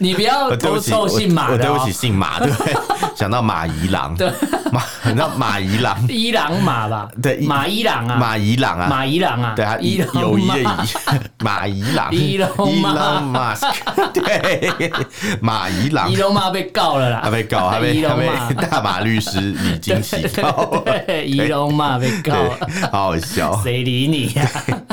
Speaker 1: 你不要
Speaker 2: 呃对
Speaker 1: 偷
Speaker 2: 不起，
Speaker 1: 凑
Speaker 2: 我
Speaker 1: 姓马
Speaker 2: 我
Speaker 1: 的
Speaker 2: 对不
Speaker 1: 哦
Speaker 2: 起，，姓马， 对不对？想到马伊郎，
Speaker 1: 对，
Speaker 2: 马，你知道马伊郎，
Speaker 1: 伊朗马吧，
Speaker 2: 对 伊
Speaker 1: 马伊朗啊，
Speaker 2: 马伊郎啊，
Speaker 1: 马伊朗啊，
Speaker 2: 对他
Speaker 1: 伊
Speaker 2: 伊
Speaker 1: 朗
Speaker 2: 友谊
Speaker 1: 马
Speaker 2: 的谊， 马伊朗，
Speaker 1: 伊隆
Speaker 2: 马 Musk，对，马伊 朗
Speaker 1: 伊，隆马被告了啦，
Speaker 2: 他被告，他
Speaker 1: 伊
Speaker 2: 被他
Speaker 1: 隆马
Speaker 2: 被，大马律师李金喜告，
Speaker 1: 对，伊隆马被告，
Speaker 2: 对，好好笑，
Speaker 1: 谁理你呀？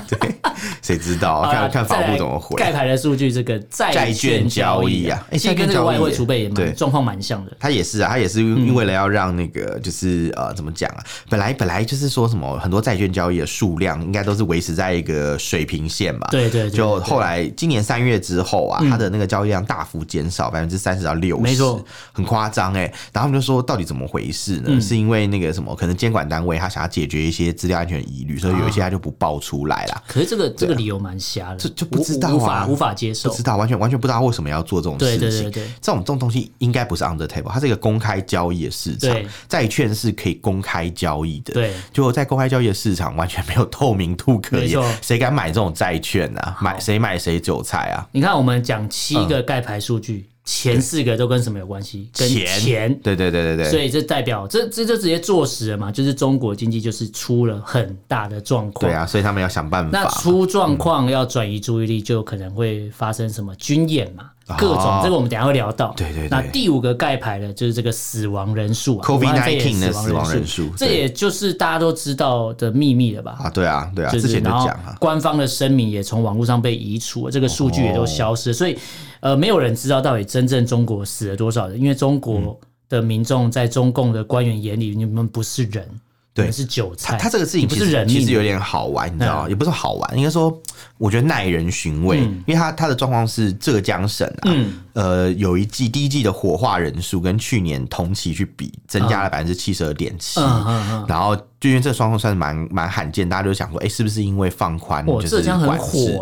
Speaker 2: 对，谁知
Speaker 1: 好
Speaker 2: 道啊？
Speaker 1: 啦
Speaker 2: 看看法
Speaker 1: 再
Speaker 2: 务
Speaker 1: 来
Speaker 2: 怎么回。
Speaker 1: 盖牌的数据，这个债
Speaker 2: 债券
Speaker 1: 交
Speaker 2: 交易啊
Speaker 1: 啊，
Speaker 2: 哎
Speaker 1: 其实
Speaker 2: 债券
Speaker 1: 跟这个
Speaker 2: 交易
Speaker 1: 外汇
Speaker 2: 耶
Speaker 1: 储备也
Speaker 2: 对
Speaker 1: 蛮状况蛮像的。嗯
Speaker 2: 他也是啊，他也是因为了要让那个就是、呃怎么讲啊，本来本来就是说什么很多债券交易的数量应该都是维持在一个水平线吧，
Speaker 1: 对对对，
Speaker 2: 就
Speaker 1: 对
Speaker 2: 后来今年三月之后啊，它的那个交易量大幅减少百分之三十到六十，
Speaker 1: 没错，嗯
Speaker 2: 很夸张哎。然后他们就说到底怎么回事呢？是因为那个什么，可能监管单位他想要解决一些资料安全疑虑，所以有一些他就不报出来啦。
Speaker 1: 可是这个这个理由蛮瞎的，
Speaker 2: 啊这就不知道啊
Speaker 1: 无无法无法接
Speaker 2: 不
Speaker 1: 受。
Speaker 2: 知道，完全完全不知道为什么要做这种事
Speaker 1: 对
Speaker 2: 情。
Speaker 1: 对对对
Speaker 2: 这种这种东西应该不是 on the table，它是一个公开交易的市场
Speaker 1: 对，
Speaker 2: 债券是可以公开交易的。
Speaker 1: 对
Speaker 2: 就在公开交易的市场完全没有透明度可
Speaker 1: 没
Speaker 2: 言
Speaker 1: 错，
Speaker 2: 谁敢买这种债券啊？买谁买谁韭菜啊？
Speaker 1: 你看，我们讲七个盖牌数据，前四个都跟什么有关系？跟
Speaker 2: 钱，
Speaker 1: 钱。
Speaker 2: 嗯对对对对
Speaker 1: 所
Speaker 2: 对，
Speaker 1: 以这代表这这就直接坐实了嘛，就是中国经济就是出了很大的状况。
Speaker 2: 对啊，所以他们要想办法
Speaker 1: 那
Speaker 2: 嘛。
Speaker 1: 出状况要转移注意力，就可能会发生什么军演嘛，各种
Speaker 2: 哦
Speaker 1: 这个我们等一下会聊到。
Speaker 2: 对对对
Speaker 1: 那第五个盖牌的就是这个死亡人数啊
Speaker 2: COVID-19 的
Speaker 1: 死
Speaker 2: 死
Speaker 1: 亡
Speaker 2: 亡
Speaker 1: 人
Speaker 2: 人数
Speaker 1: 这
Speaker 2: 对
Speaker 1: 也就是大家都知道的秘密了吧？
Speaker 2: 啊，对啊，对啊，
Speaker 1: 就
Speaker 2: 之
Speaker 1: 是
Speaker 2: 前就
Speaker 1: 然后
Speaker 2: 讲啊，
Speaker 1: 官方的声明也从网络上被移除了，这个数据也都消失了，所以呃，没有人知道到底真正中国死了多少人，因为中
Speaker 2: 嗯
Speaker 1: 国的民众在中共的官员眼里，你们不是人，你
Speaker 2: 对
Speaker 1: 们是韭菜，
Speaker 2: 他他这个事
Speaker 1: 哎你
Speaker 2: 情
Speaker 1: 不
Speaker 2: 其
Speaker 1: 是
Speaker 2: 实
Speaker 1: 人
Speaker 2: 其
Speaker 1: 命
Speaker 2: 实，有点好玩，你知道吗？
Speaker 1: 嗯
Speaker 2: 也不是好玩，应该说我觉得耐人寻味，
Speaker 1: 嗯
Speaker 2: 因为他他的状况是浙江省啊，
Speaker 1: 嗯
Speaker 2: 呃，有一季第一季的火化人数跟去年同期去比，增加了百分之七十二点七。
Speaker 1: 嗯嗯嗯。
Speaker 2: 然后，就因为这双方算是蛮蛮罕见，大家就想说，哎、是不是因为放宽
Speaker 1: 哇，
Speaker 2: 嗯就
Speaker 1: 浙
Speaker 2: 是
Speaker 1: 江很
Speaker 2: 管
Speaker 1: 火
Speaker 2: 制，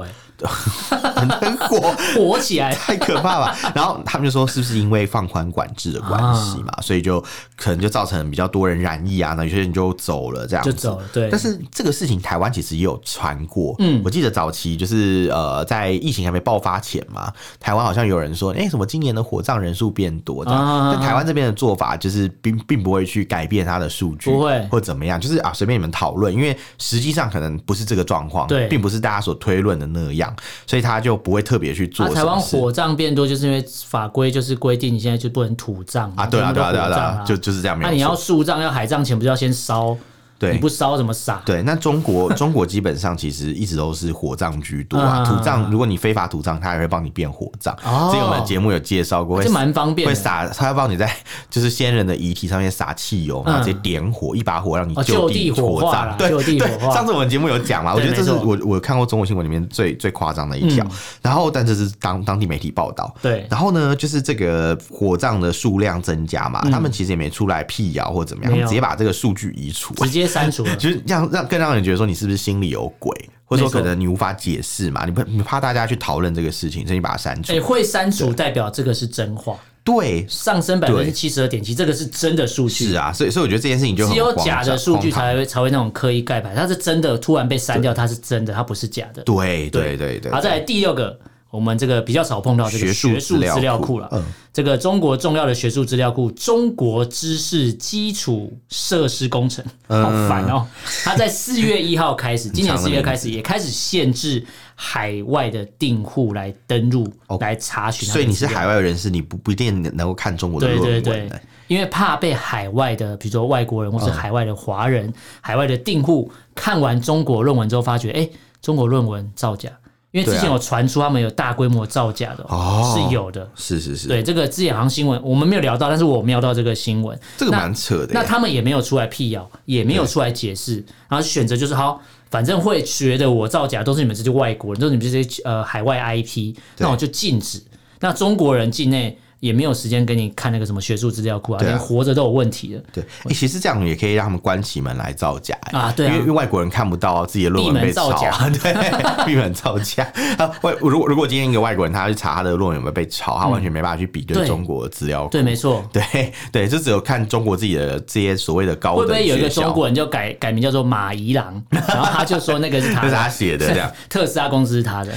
Speaker 1: 哎、
Speaker 2: 很很火，
Speaker 1: 火起来。
Speaker 2: 太可怕了。 然后他们就说，是不是因为放宽管制的关系嘛，
Speaker 1: 啊
Speaker 2: 所以就可能就造成比较多人染疫啊，那有些人就走了这样
Speaker 1: 就
Speaker 2: 子。
Speaker 1: 走了，对，
Speaker 2: 但是这个事情台湾其实也有传过，
Speaker 1: 嗯
Speaker 2: 我记得早期就是呃，在疫情还没爆发前嘛，台湾好像有人说，哎、什么今年的火葬人数变多这样，
Speaker 1: 啊
Speaker 2: 但台湾这边的做法就是并并不会去改变它的数据，
Speaker 1: 不会
Speaker 2: 或怎么样，就是啊随便你们讨论，因为实际上可能不是这个状况，
Speaker 1: 对
Speaker 2: 并不是大家所推论的那样，所以他就不会特别去做
Speaker 1: 啊，
Speaker 2: 什么事。
Speaker 1: 台湾火葬变多，就是因为法规就是规定你现在就不能土葬
Speaker 2: 啊，对啊，
Speaker 1: 全部
Speaker 2: 对
Speaker 1: 都
Speaker 2: 啊，对啊，
Speaker 1: 火
Speaker 2: 对
Speaker 1: 葬
Speaker 2: 啊，就就是这样，没
Speaker 1: 那
Speaker 2: 有
Speaker 1: 你要
Speaker 2: 错。
Speaker 1: 树葬要海葬前，不是要先烧？
Speaker 2: 对
Speaker 1: 你不烧怎么撒？
Speaker 2: 对，那 中国中国基本上其实一直都是火葬居多
Speaker 1: 啊
Speaker 2: 啊，土葬如果你非法土葬，它也会帮你变火葬。
Speaker 1: 哦
Speaker 2: 这个我们节目有介绍过，会
Speaker 1: 这蛮方便
Speaker 2: 会
Speaker 1: 的。
Speaker 2: 撒，它会帮你在就是先人的遗体上面撒汽油，然后直接点火，一把火让你
Speaker 1: 嗯哦
Speaker 2: 地
Speaker 1: 就地火化啦
Speaker 2: 葬。对
Speaker 1: 就地
Speaker 2: 对
Speaker 1: 火化，
Speaker 2: 上次我们节目有讲嘛，我
Speaker 1: 对
Speaker 2: 觉得这是
Speaker 1: 没错嗯
Speaker 2: 我我看过中国新闻里面最最夸张的一条。然后，但这是当当地媒体报道，
Speaker 1: 对，
Speaker 2: 然后呢，就是这个火葬的数量增加嘛，他们其实也没出来辟谣或怎么
Speaker 1: 嗯
Speaker 2: 样，
Speaker 1: 没
Speaker 2: 他
Speaker 1: 有
Speaker 2: 们直接把这个数据移除。
Speaker 1: 直接删除了。
Speaker 2: 就是让让更让人觉得说你是不是心里有鬼，或者说
Speaker 1: 没错
Speaker 2: 可能你无法解释嘛，你不你怕大家去讨论这个事情，所以你把它删除。
Speaker 1: 哎，会删除代表这个是真话，
Speaker 2: 对，
Speaker 1: 上升百分之七十二点七，这个是真的数据。
Speaker 2: 是啊，所以所以我觉得这件事情就很
Speaker 1: 只有
Speaker 2: 荒
Speaker 1: 假的
Speaker 2: 唐
Speaker 1: 数据
Speaker 2: 荒唐
Speaker 1: 才会才会那种刻意盖牌，它是真的突然被删掉，它是真的，它不是假的。
Speaker 2: 对对对对，
Speaker 1: 好，再来第六个，我们这个比较少碰到这个
Speaker 2: 学术
Speaker 1: 学术
Speaker 2: 资料
Speaker 1: 资料
Speaker 2: 库嗯
Speaker 1: 库了。这个中国重要的学术资料库——中国知识基础设施工程，好烦哦！它在四月一号开始，今年
Speaker 2: 嗯长的
Speaker 1: 四月
Speaker 2: 名字
Speaker 1: 开始也开始限制海外的订户来登录、
Speaker 2: 哦
Speaker 1: 来查询他
Speaker 2: 所
Speaker 1: 们的资料。
Speaker 2: 以你是海外人士，你不不一定能够看中国的
Speaker 1: 对
Speaker 2: 论
Speaker 1: 对对
Speaker 2: 文欸，
Speaker 1: 因为怕被海外的，比如说外国人或
Speaker 2: 嗯
Speaker 1: 是海外的华人、海外的订户看完中国论文之后，发觉哎、诶中国论文造假，因为之前
Speaker 2: 对啊
Speaker 1: 有传出他们有大规模造假的，
Speaker 2: 哦
Speaker 1: 是有的。
Speaker 2: 是是是，
Speaker 1: 对这个之前好像新闻我们没有聊到，但是我瞄到这个新闻，
Speaker 2: 这个蛮扯的
Speaker 1: 那
Speaker 2: 欸。
Speaker 1: 他们也没有出来辟谣，也没有出来解释，然后选择就是好，反正会觉得我造假都是你们这些外国人，都是你们这些呃海外 IP，那我就禁止。那中国人境内也没有时间给你看那个什么学术资料库啊，
Speaker 2: 对啊
Speaker 1: 连活着都有问题了。
Speaker 2: 对，欸其实这样也可以让他们关起门来造假欸
Speaker 1: 啊对啊
Speaker 2: 因为因为外国人看不到自己的论
Speaker 1: 闭
Speaker 2: 文
Speaker 1: 门
Speaker 2: 被
Speaker 1: 造
Speaker 2: 抄
Speaker 1: 假
Speaker 2: 啊， 对，闭门造假。啊外如果如果今天一个外国人他去查他的论文有没有被抄，他完全没办法去比
Speaker 1: 嗯对
Speaker 2: 对中国的资料库
Speaker 1: 对，没错。
Speaker 2: 对对，就只有看中国自己的这些所谓的高
Speaker 1: 会不
Speaker 2: 等
Speaker 1: 会有一个
Speaker 2: 学
Speaker 1: 中
Speaker 2: 校，
Speaker 1: 国人就改改名叫做马伊 郎，然后他就说那个是他
Speaker 2: 这是他
Speaker 1: 的，
Speaker 2: 写的 这样。
Speaker 1: 特斯拉公司是他 的，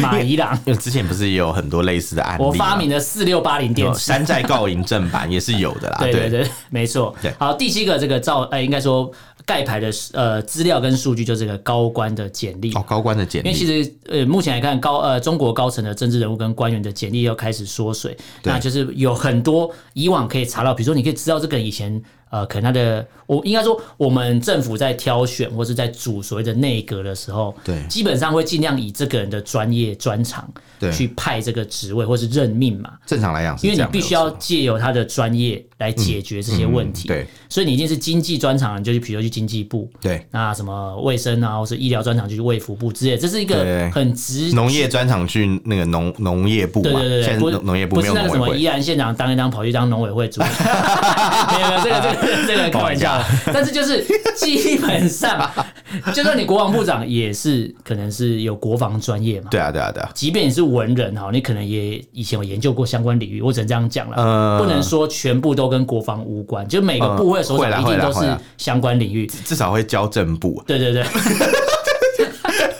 Speaker 1: 马伊郎。
Speaker 2: 因为之前不是也有很多类似的案例嘛，
Speaker 1: 我发明的四六八零电
Speaker 2: 有
Speaker 1: 池，
Speaker 2: 山寨告赢正版也是有的啦。
Speaker 1: 对对 对，没错
Speaker 2: 啊对。
Speaker 1: 好，第七个这个照，呃，应该说盖牌的呃资料跟数据就是这个高官的简历。
Speaker 2: 哦，高官的简
Speaker 1: 因为其
Speaker 2: 历，
Speaker 1: 实，呃，目前来看，高呃，中国高层的政治人物跟官员的简历要开始缩水，
Speaker 2: 对
Speaker 1: 那就是有很多以往可以查到，比如说你可以知道这个人以前，呃，可能他的，我应该说，我们政府在挑选或是在组所谓的内阁的时候，
Speaker 2: 对
Speaker 1: 基本上会尽量以这个人的专业专长
Speaker 2: 对
Speaker 1: 去派这个职位或是任命嘛，
Speaker 2: 正常来讲是
Speaker 1: 因为你
Speaker 2: 这样，
Speaker 1: 必须要借由他的专业来解决这些问题。
Speaker 2: 嗯嗯对，
Speaker 1: 所以你一定是经济专长，你就去比如去经济部。
Speaker 2: 对
Speaker 1: 那什么卫生啊，或是医疗专长就去卫福部之类的，这是一个
Speaker 2: 对
Speaker 1: 很直
Speaker 2: 农业专场去那个农农业部
Speaker 1: 对
Speaker 2: 嘛，
Speaker 1: 对对
Speaker 2: 现
Speaker 1: 对，
Speaker 2: 在
Speaker 1: 不
Speaker 2: 农农业部
Speaker 1: 不是
Speaker 2: 没有
Speaker 1: 那个什
Speaker 2: 农
Speaker 1: 么
Speaker 2: 委
Speaker 1: 宜
Speaker 2: 会，
Speaker 1: 兰县长当一当跑去当农委会 主任，没有没有这个这个这个开玩笑的，但是就是基本上 就算你国防部长也是可能是有国防专业嘛，
Speaker 2: 对啊，对啊，对啊，
Speaker 1: 即便你是文人哈，你可能也以前有研究过相关领域，我只能这样讲了，
Speaker 2: 嗯
Speaker 1: 不能说全部都跟国防无关，就每个部位首
Speaker 2: 嗯会
Speaker 1: 长
Speaker 2: 啦
Speaker 1: 一定
Speaker 2: 会啦
Speaker 1: 都
Speaker 2: 会
Speaker 1: 是
Speaker 2: 啦
Speaker 1: 相关领域。
Speaker 2: 至少会教正部。啊
Speaker 1: 对对对。
Speaker 2: 好啦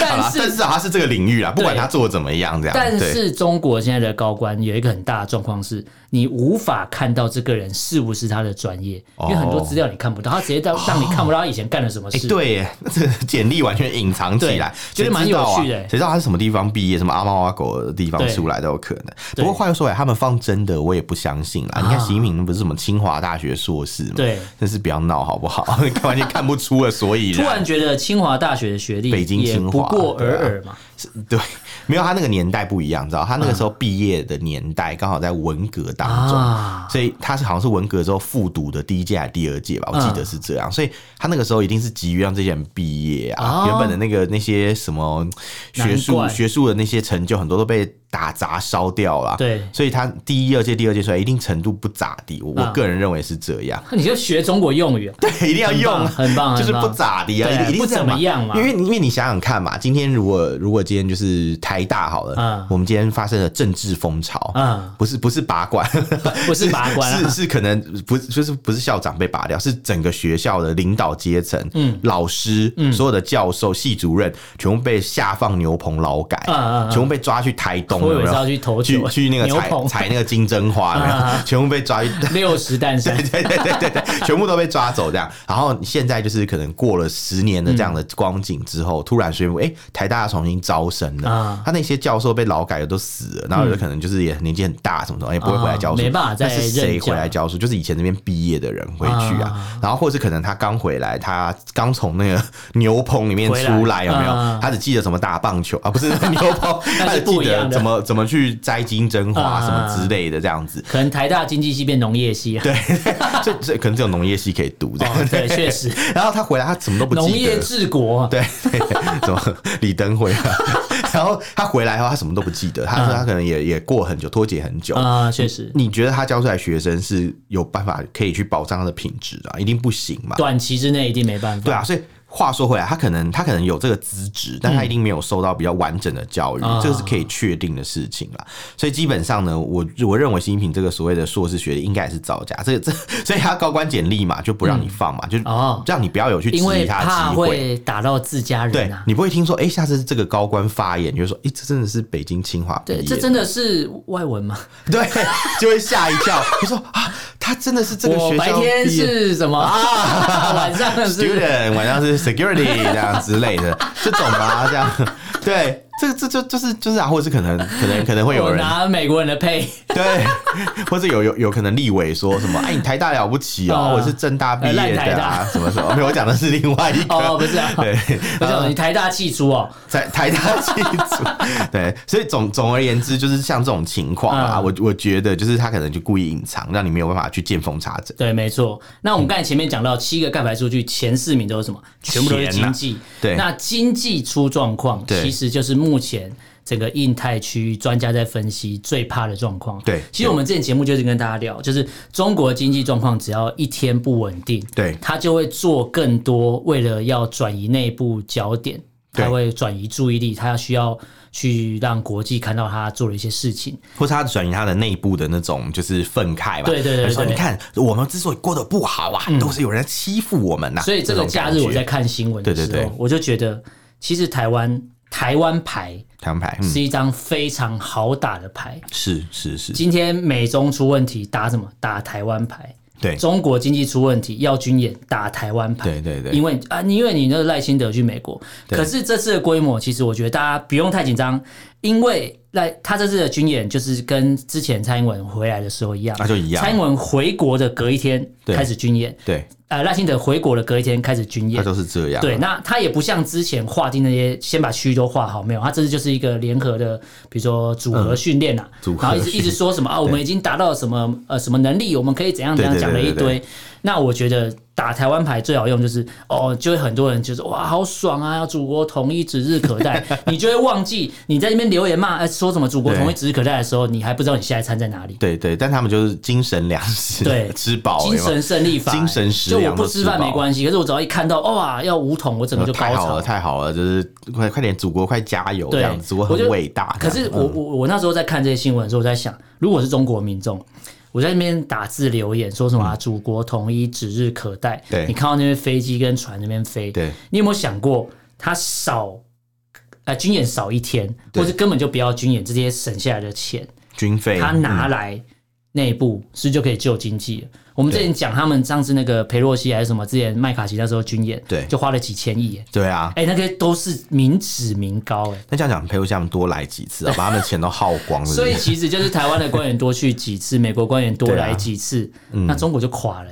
Speaker 1: 但，
Speaker 2: 但
Speaker 1: 是
Speaker 2: 至少他是这个领域啦，不管
Speaker 1: 对
Speaker 2: 他做的怎么样，这样。
Speaker 1: 但
Speaker 2: 对
Speaker 1: 是中国现在的高官有一个很大的状况是，你无法看到这个人是不是他的专业，因为很多资料你看不到，他直接让让你看不到他以前干了什么
Speaker 2: 哦哎、
Speaker 1: 事。
Speaker 2: 对耶， 这个简历完全隐藏起来，
Speaker 1: 对觉得蛮有趣的
Speaker 2: 谁知道啊谁知道他是什么地方毕业，什么阿猫阿狗的地方
Speaker 1: 对
Speaker 2: 出来都有可能。
Speaker 1: 对啊
Speaker 2: 不过话又说回来，哎他们放真的，我也不相信啦。你看习近平不是什么清华大学硕士吗？
Speaker 1: 对，
Speaker 2: 真是不要闹好不好？ 完全看不出了所以
Speaker 1: 突
Speaker 2: 然。
Speaker 1: 然觉得清华大学的学历
Speaker 2: 北京
Speaker 1: 也
Speaker 2: 清华
Speaker 1: 不过尔
Speaker 2: 对啊
Speaker 1: 尔嘛，
Speaker 2: 对，没有他那个年代不一样，知道？他那个时候毕业的年代刚好在文革当中，
Speaker 1: 啊
Speaker 2: 所以他是好像是文革之后复读的第一届还是第二届吧，
Speaker 1: 嗯
Speaker 2: 我记得是这样。所以他那个时候一定是急于让这些人毕业啊，
Speaker 1: 哦
Speaker 2: 原本的那个那些什么学
Speaker 1: 难
Speaker 2: 术
Speaker 1: 怪
Speaker 2: 学术的那些成就很多都被打砸烧掉了。啊
Speaker 1: 对
Speaker 2: 所以他第一、二届、第二届出来，一定程度不咋地。我我
Speaker 1: 嗯
Speaker 2: 个人认为是这样。
Speaker 1: 你就学中国用语啊，
Speaker 2: 对，一定要
Speaker 1: 很棒
Speaker 2: 用啊，
Speaker 1: 很棒
Speaker 2: 就是
Speaker 1: 很
Speaker 2: 不
Speaker 1: 棒
Speaker 2: 咋地啊，
Speaker 1: 对
Speaker 2: 一定一定
Speaker 1: 不
Speaker 2: 是这
Speaker 1: 怎么样嘛
Speaker 2: 因为因为你想想看嘛，今天如果如果今天就是台大好了，
Speaker 1: 嗯
Speaker 2: 我们今天发生了政治风潮，
Speaker 1: 嗯
Speaker 2: 不是不是拔管，
Speaker 1: 不是拔关
Speaker 2: 是
Speaker 1: 啊，
Speaker 2: 是可能不是就是不是校长被拔掉，是整个学校的领导阶层，嗯，老师，嗯，所有的教授、系主任全部被下放牛棚劳改，
Speaker 1: 嗯嗯嗯
Speaker 2: 全部被抓去台东，
Speaker 1: 我以为
Speaker 2: 有没有
Speaker 1: 是要去投
Speaker 2: 去
Speaker 1: 球
Speaker 2: 去那个
Speaker 1: 牛
Speaker 2: 采
Speaker 1: 棚啊
Speaker 2: 采那个金针花，有没有全部被抓去。
Speaker 1: 六十担山
Speaker 2: 对对对对对，全部都被抓走这样。然后现在就是可能过了十年的这样的光景之后，突然宣布，哎、台大重新招生了。
Speaker 1: 嗯啊嗯
Speaker 2: 他那些教授被劳改的都死了，然后有的可能就是也年纪很大什么什么，哎也不会回来教
Speaker 1: 啊
Speaker 2: 书，
Speaker 1: 没办法再
Speaker 2: 但是谁
Speaker 1: 任教
Speaker 2: 回来教书？就是以前那边毕业的人回去啊，然后或是可能他刚回来，他刚从那个牛棚里面
Speaker 1: 回来
Speaker 2: 出来，有没有？
Speaker 1: 啊
Speaker 2: 他只记得什么打棒球啊，不是牛棚，
Speaker 1: 那
Speaker 2: 他
Speaker 1: 是
Speaker 2: 只记
Speaker 1: 不一样
Speaker 2: 得
Speaker 1: 的
Speaker 2: 怎么怎么去摘金针花
Speaker 1: 啊
Speaker 2: 什么之类的这样子。
Speaker 1: 可能台大经济系变农业系啊，对 哦
Speaker 2: 这这可能只有农业系可以读这样。
Speaker 1: 对，确实
Speaker 2: 然后他回来，他什么都不
Speaker 1: 农
Speaker 2: 记
Speaker 1: 业
Speaker 2: 得。
Speaker 1: 治国啊，
Speaker 2: 对， 什么李登辉啊， 然后他回来后，他什么都不记得。他说
Speaker 1: 嗯
Speaker 2: 他可能也也过很久，脱节很久。
Speaker 1: 啊，确实
Speaker 2: 你觉得他教出来学生是有办法可以去保障他的品质啊？一定不行嘛？
Speaker 1: 短期之内一定没办法。
Speaker 2: 对啊，所以话说回来，他可能他可能有这个资质，但他一定没有受到比较完整的教育，
Speaker 1: 啊
Speaker 2: 这个是可以确定的事情啦。所以基本上呢，我我认为习近平这个所谓的硕士学历应该也是造假，这个这所以他高官简历嘛就不让你放嘛，
Speaker 1: 哦
Speaker 2: 就让你不要有去质
Speaker 1: 因为
Speaker 2: 疑他的
Speaker 1: 怕
Speaker 2: 机会。
Speaker 1: 会打到自家
Speaker 2: 对
Speaker 1: 人啊。
Speaker 2: 你不会听说，哎、下次这个高官发言，你就说，哎、这真的是北京清华毕业
Speaker 1: 对，
Speaker 2: 的，
Speaker 1: 这真的是外文吗？
Speaker 2: 对， 就会吓一跳。你说啊，他真的是这个
Speaker 1: 我
Speaker 2: 学校
Speaker 1: 白天
Speaker 2: 毕业的
Speaker 1: 是什么啊？ 晚上是
Speaker 2: student，晚上 是 security 这样之类的，这种吧，这样对，这这这就是就是啊，或者是可能 可能可能会有
Speaker 1: 我
Speaker 2: 人
Speaker 1: 拿美国人的配，
Speaker 2: 对，或者有有有可能立委说什么，哎，你台大了不起哦，
Speaker 1: 啊
Speaker 2: 我是政大毕业
Speaker 1: 呃烂台
Speaker 2: 的
Speaker 1: 大，
Speaker 2: 啊什么什么，没有，我讲的是另外一个，
Speaker 1: 哦不是啊
Speaker 2: 对，呃
Speaker 1: 我想你台大气出哦，
Speaker 2: 台台大记 住，对，所以总总而言之，就是像这种情况啊，
Speaker 1: 嗯
Speaker 2: 我我觉得就是他可能就故意隐藏，让你没有办法去见缝插针。
Speaker 1: 对，没错。那
Speaker 2: 嗯
Speaker 1: 我们刚才前面讲到七个盖牌数据，前四名都是什么？全部都是经济。
Speaker 2: 对
Speaker 1: 那经济出状况，
Speaker 2: 对
Speaker 1: 其实就是目前整个印太区域专家在分析最怕的状况。
Speaker 2: 对
Speaker 1: 其实我们之前节目就是跟大家聊，就是中国经济状况只要一天不稳定，
Speaker 2: 对
Speaker 1: 他就会做更多，为了要转移内部焦点，
Speaker 2: 对
Speaker 1: 他会转移注意力，他需要去让国际看到他做了一些事情。
Speaker 2: 或是他转移他的内部的那种就是愤慨嘛，
Speaker 1: 对对对
Speaker 2: 就说
Speaker 1: 对嗯
Speaker 2: 你看我们之所以过得不好啊，都是有人欺负我们呐、啊
Speaker 1: 所以这个
Speaker 2: 种
Speaker 1: 假
Speaker 2: 感
Speaker 1: 日
Speaker 2: 觉
Speaker 1: 我在看新闻的时候，
Speaker 2: 对对对
Speaker 1: 我就觉得，其实台湾台湾牌
Speaker 2: 台湾牌，嗯，
Speaker 1: 是一张非常好打的牌。
Speaker 2: 是是是，
Speaker 1: 今天美中出问题，打什么？打台湾牌。
Speaker 2: 对
Speaker 1: 中国经济出问题，要军演打台湾牌。
Speaker 2: 对对对
Speaker 1: 因为啊，你因为你那个赖清德去美国，可是这次的规模，其实我觉得大家不用太紧张，因为赖他这次的军演就是跟之前蔡英文回来的时候一样，
Speaker 2: 啊那就一样
Speaker 1: 蔡英文回国的隔一天
Speaker 2: 对
Speaker 1: 开始军演，
Speaker 2: 对，
Speaker 1: 呃，赖清德回国的隔一天开始军
Speaker 2: 他
Speaker 1: 演，
Speaker 2: 都是这样，啊
Speaker 1: 对，，那他也不像之前划定那些，先把区域都划好，没有，他这次就是一个联合的，比如说组合训练啦，
Speaker 2: 嗯组合
Speaker 1: 然后一直
Speaker 2: 训
Speaker 1: 一直说什么啊，我们已经达到什么呃什么能力，我们可以怎样怎样
Speaker 2: 对对
Speaker 1: 讲了
Speaker 2: 对
Speaker 1: 一
Speaker 2: 对对
Speaker 1: 堆。那我觉得打台湾牌最好用就是哦，就会很多人就是哇，好爽啊！要祖国统一指日可待，你就会忘记你在那边留言骂、呃、说什么祖国统一指日可待的时候，你还不知道你下一餐在哪里。
Speaker 2: 对对，但他们就是精神粮食，
Speaker 1: 对
Speaker 2: 吃饱，
Speaker 1: 精
Speaker 2: 有没有
Speaker 1: 神胜利法、
Speaker 2: 哦精神食
Speaker 1: 就我
Speaker 2: 粮
Speaker 1: 不
Speaker 2: 都
Speaker 1: 吃
Speaker 2: 吃
Speaker 1: 饭没
Speaker 2: 饱
Speaker 1: 关系，可是我只要一看到哇要五桶，我整个就高
Speaker 2: 太好
Speaker 1: 潮
Speaker 2: 了，。太好了，就是快快点，祖国快加油，
Speaker 1: 对
Speaker 2: 这样祖国
Speaker 1: 我觉
Speaker 2: 很
Speaker 1: 得
Speaker 2: 伟大。
Speaker 1: 啊可是
Speaker 2: 这样
Speaker 1: 我
Speaker 2: 嗯
Speaker 1: 我我那时候在看这些新闻的时候，我在想，如果是中国民众，我在那边打字留言说什么、啊“祖国统一指日可待”，
Speaker 2: 嗯对
Speaker 1: 你看到那边飞机跟船那边飞，
Speaker 2: 对
Speaker 1: 你有没有想过他少？呃，军演少一天，或是根本就不要军演，这些省下来的钱，
Speaker 2: 军费，嗯
Speaker 1: 他拿来内部是不是就可以救经济了。我们之前讲他们上次那个裴洛西还是什么，之前麦卡锡那时候军演，
Speaker 2: 对
Speaker 1: 就花了几千亿耶，
Speaker 2: 对啊。
Speaker 1: 哎、那个都是民脂民膏，哎，
Speaker 2: 那这样讲，陪我他们多来几次啊，把他们的钱都耗光了。
Speaker 1: 所以
Speaker 2: 是不是
Speaker 1: 其实就是台湾的官员多去几次，美国官员多来几次，
Speaker 2: 啊
Speaker 1: 那中国就垮了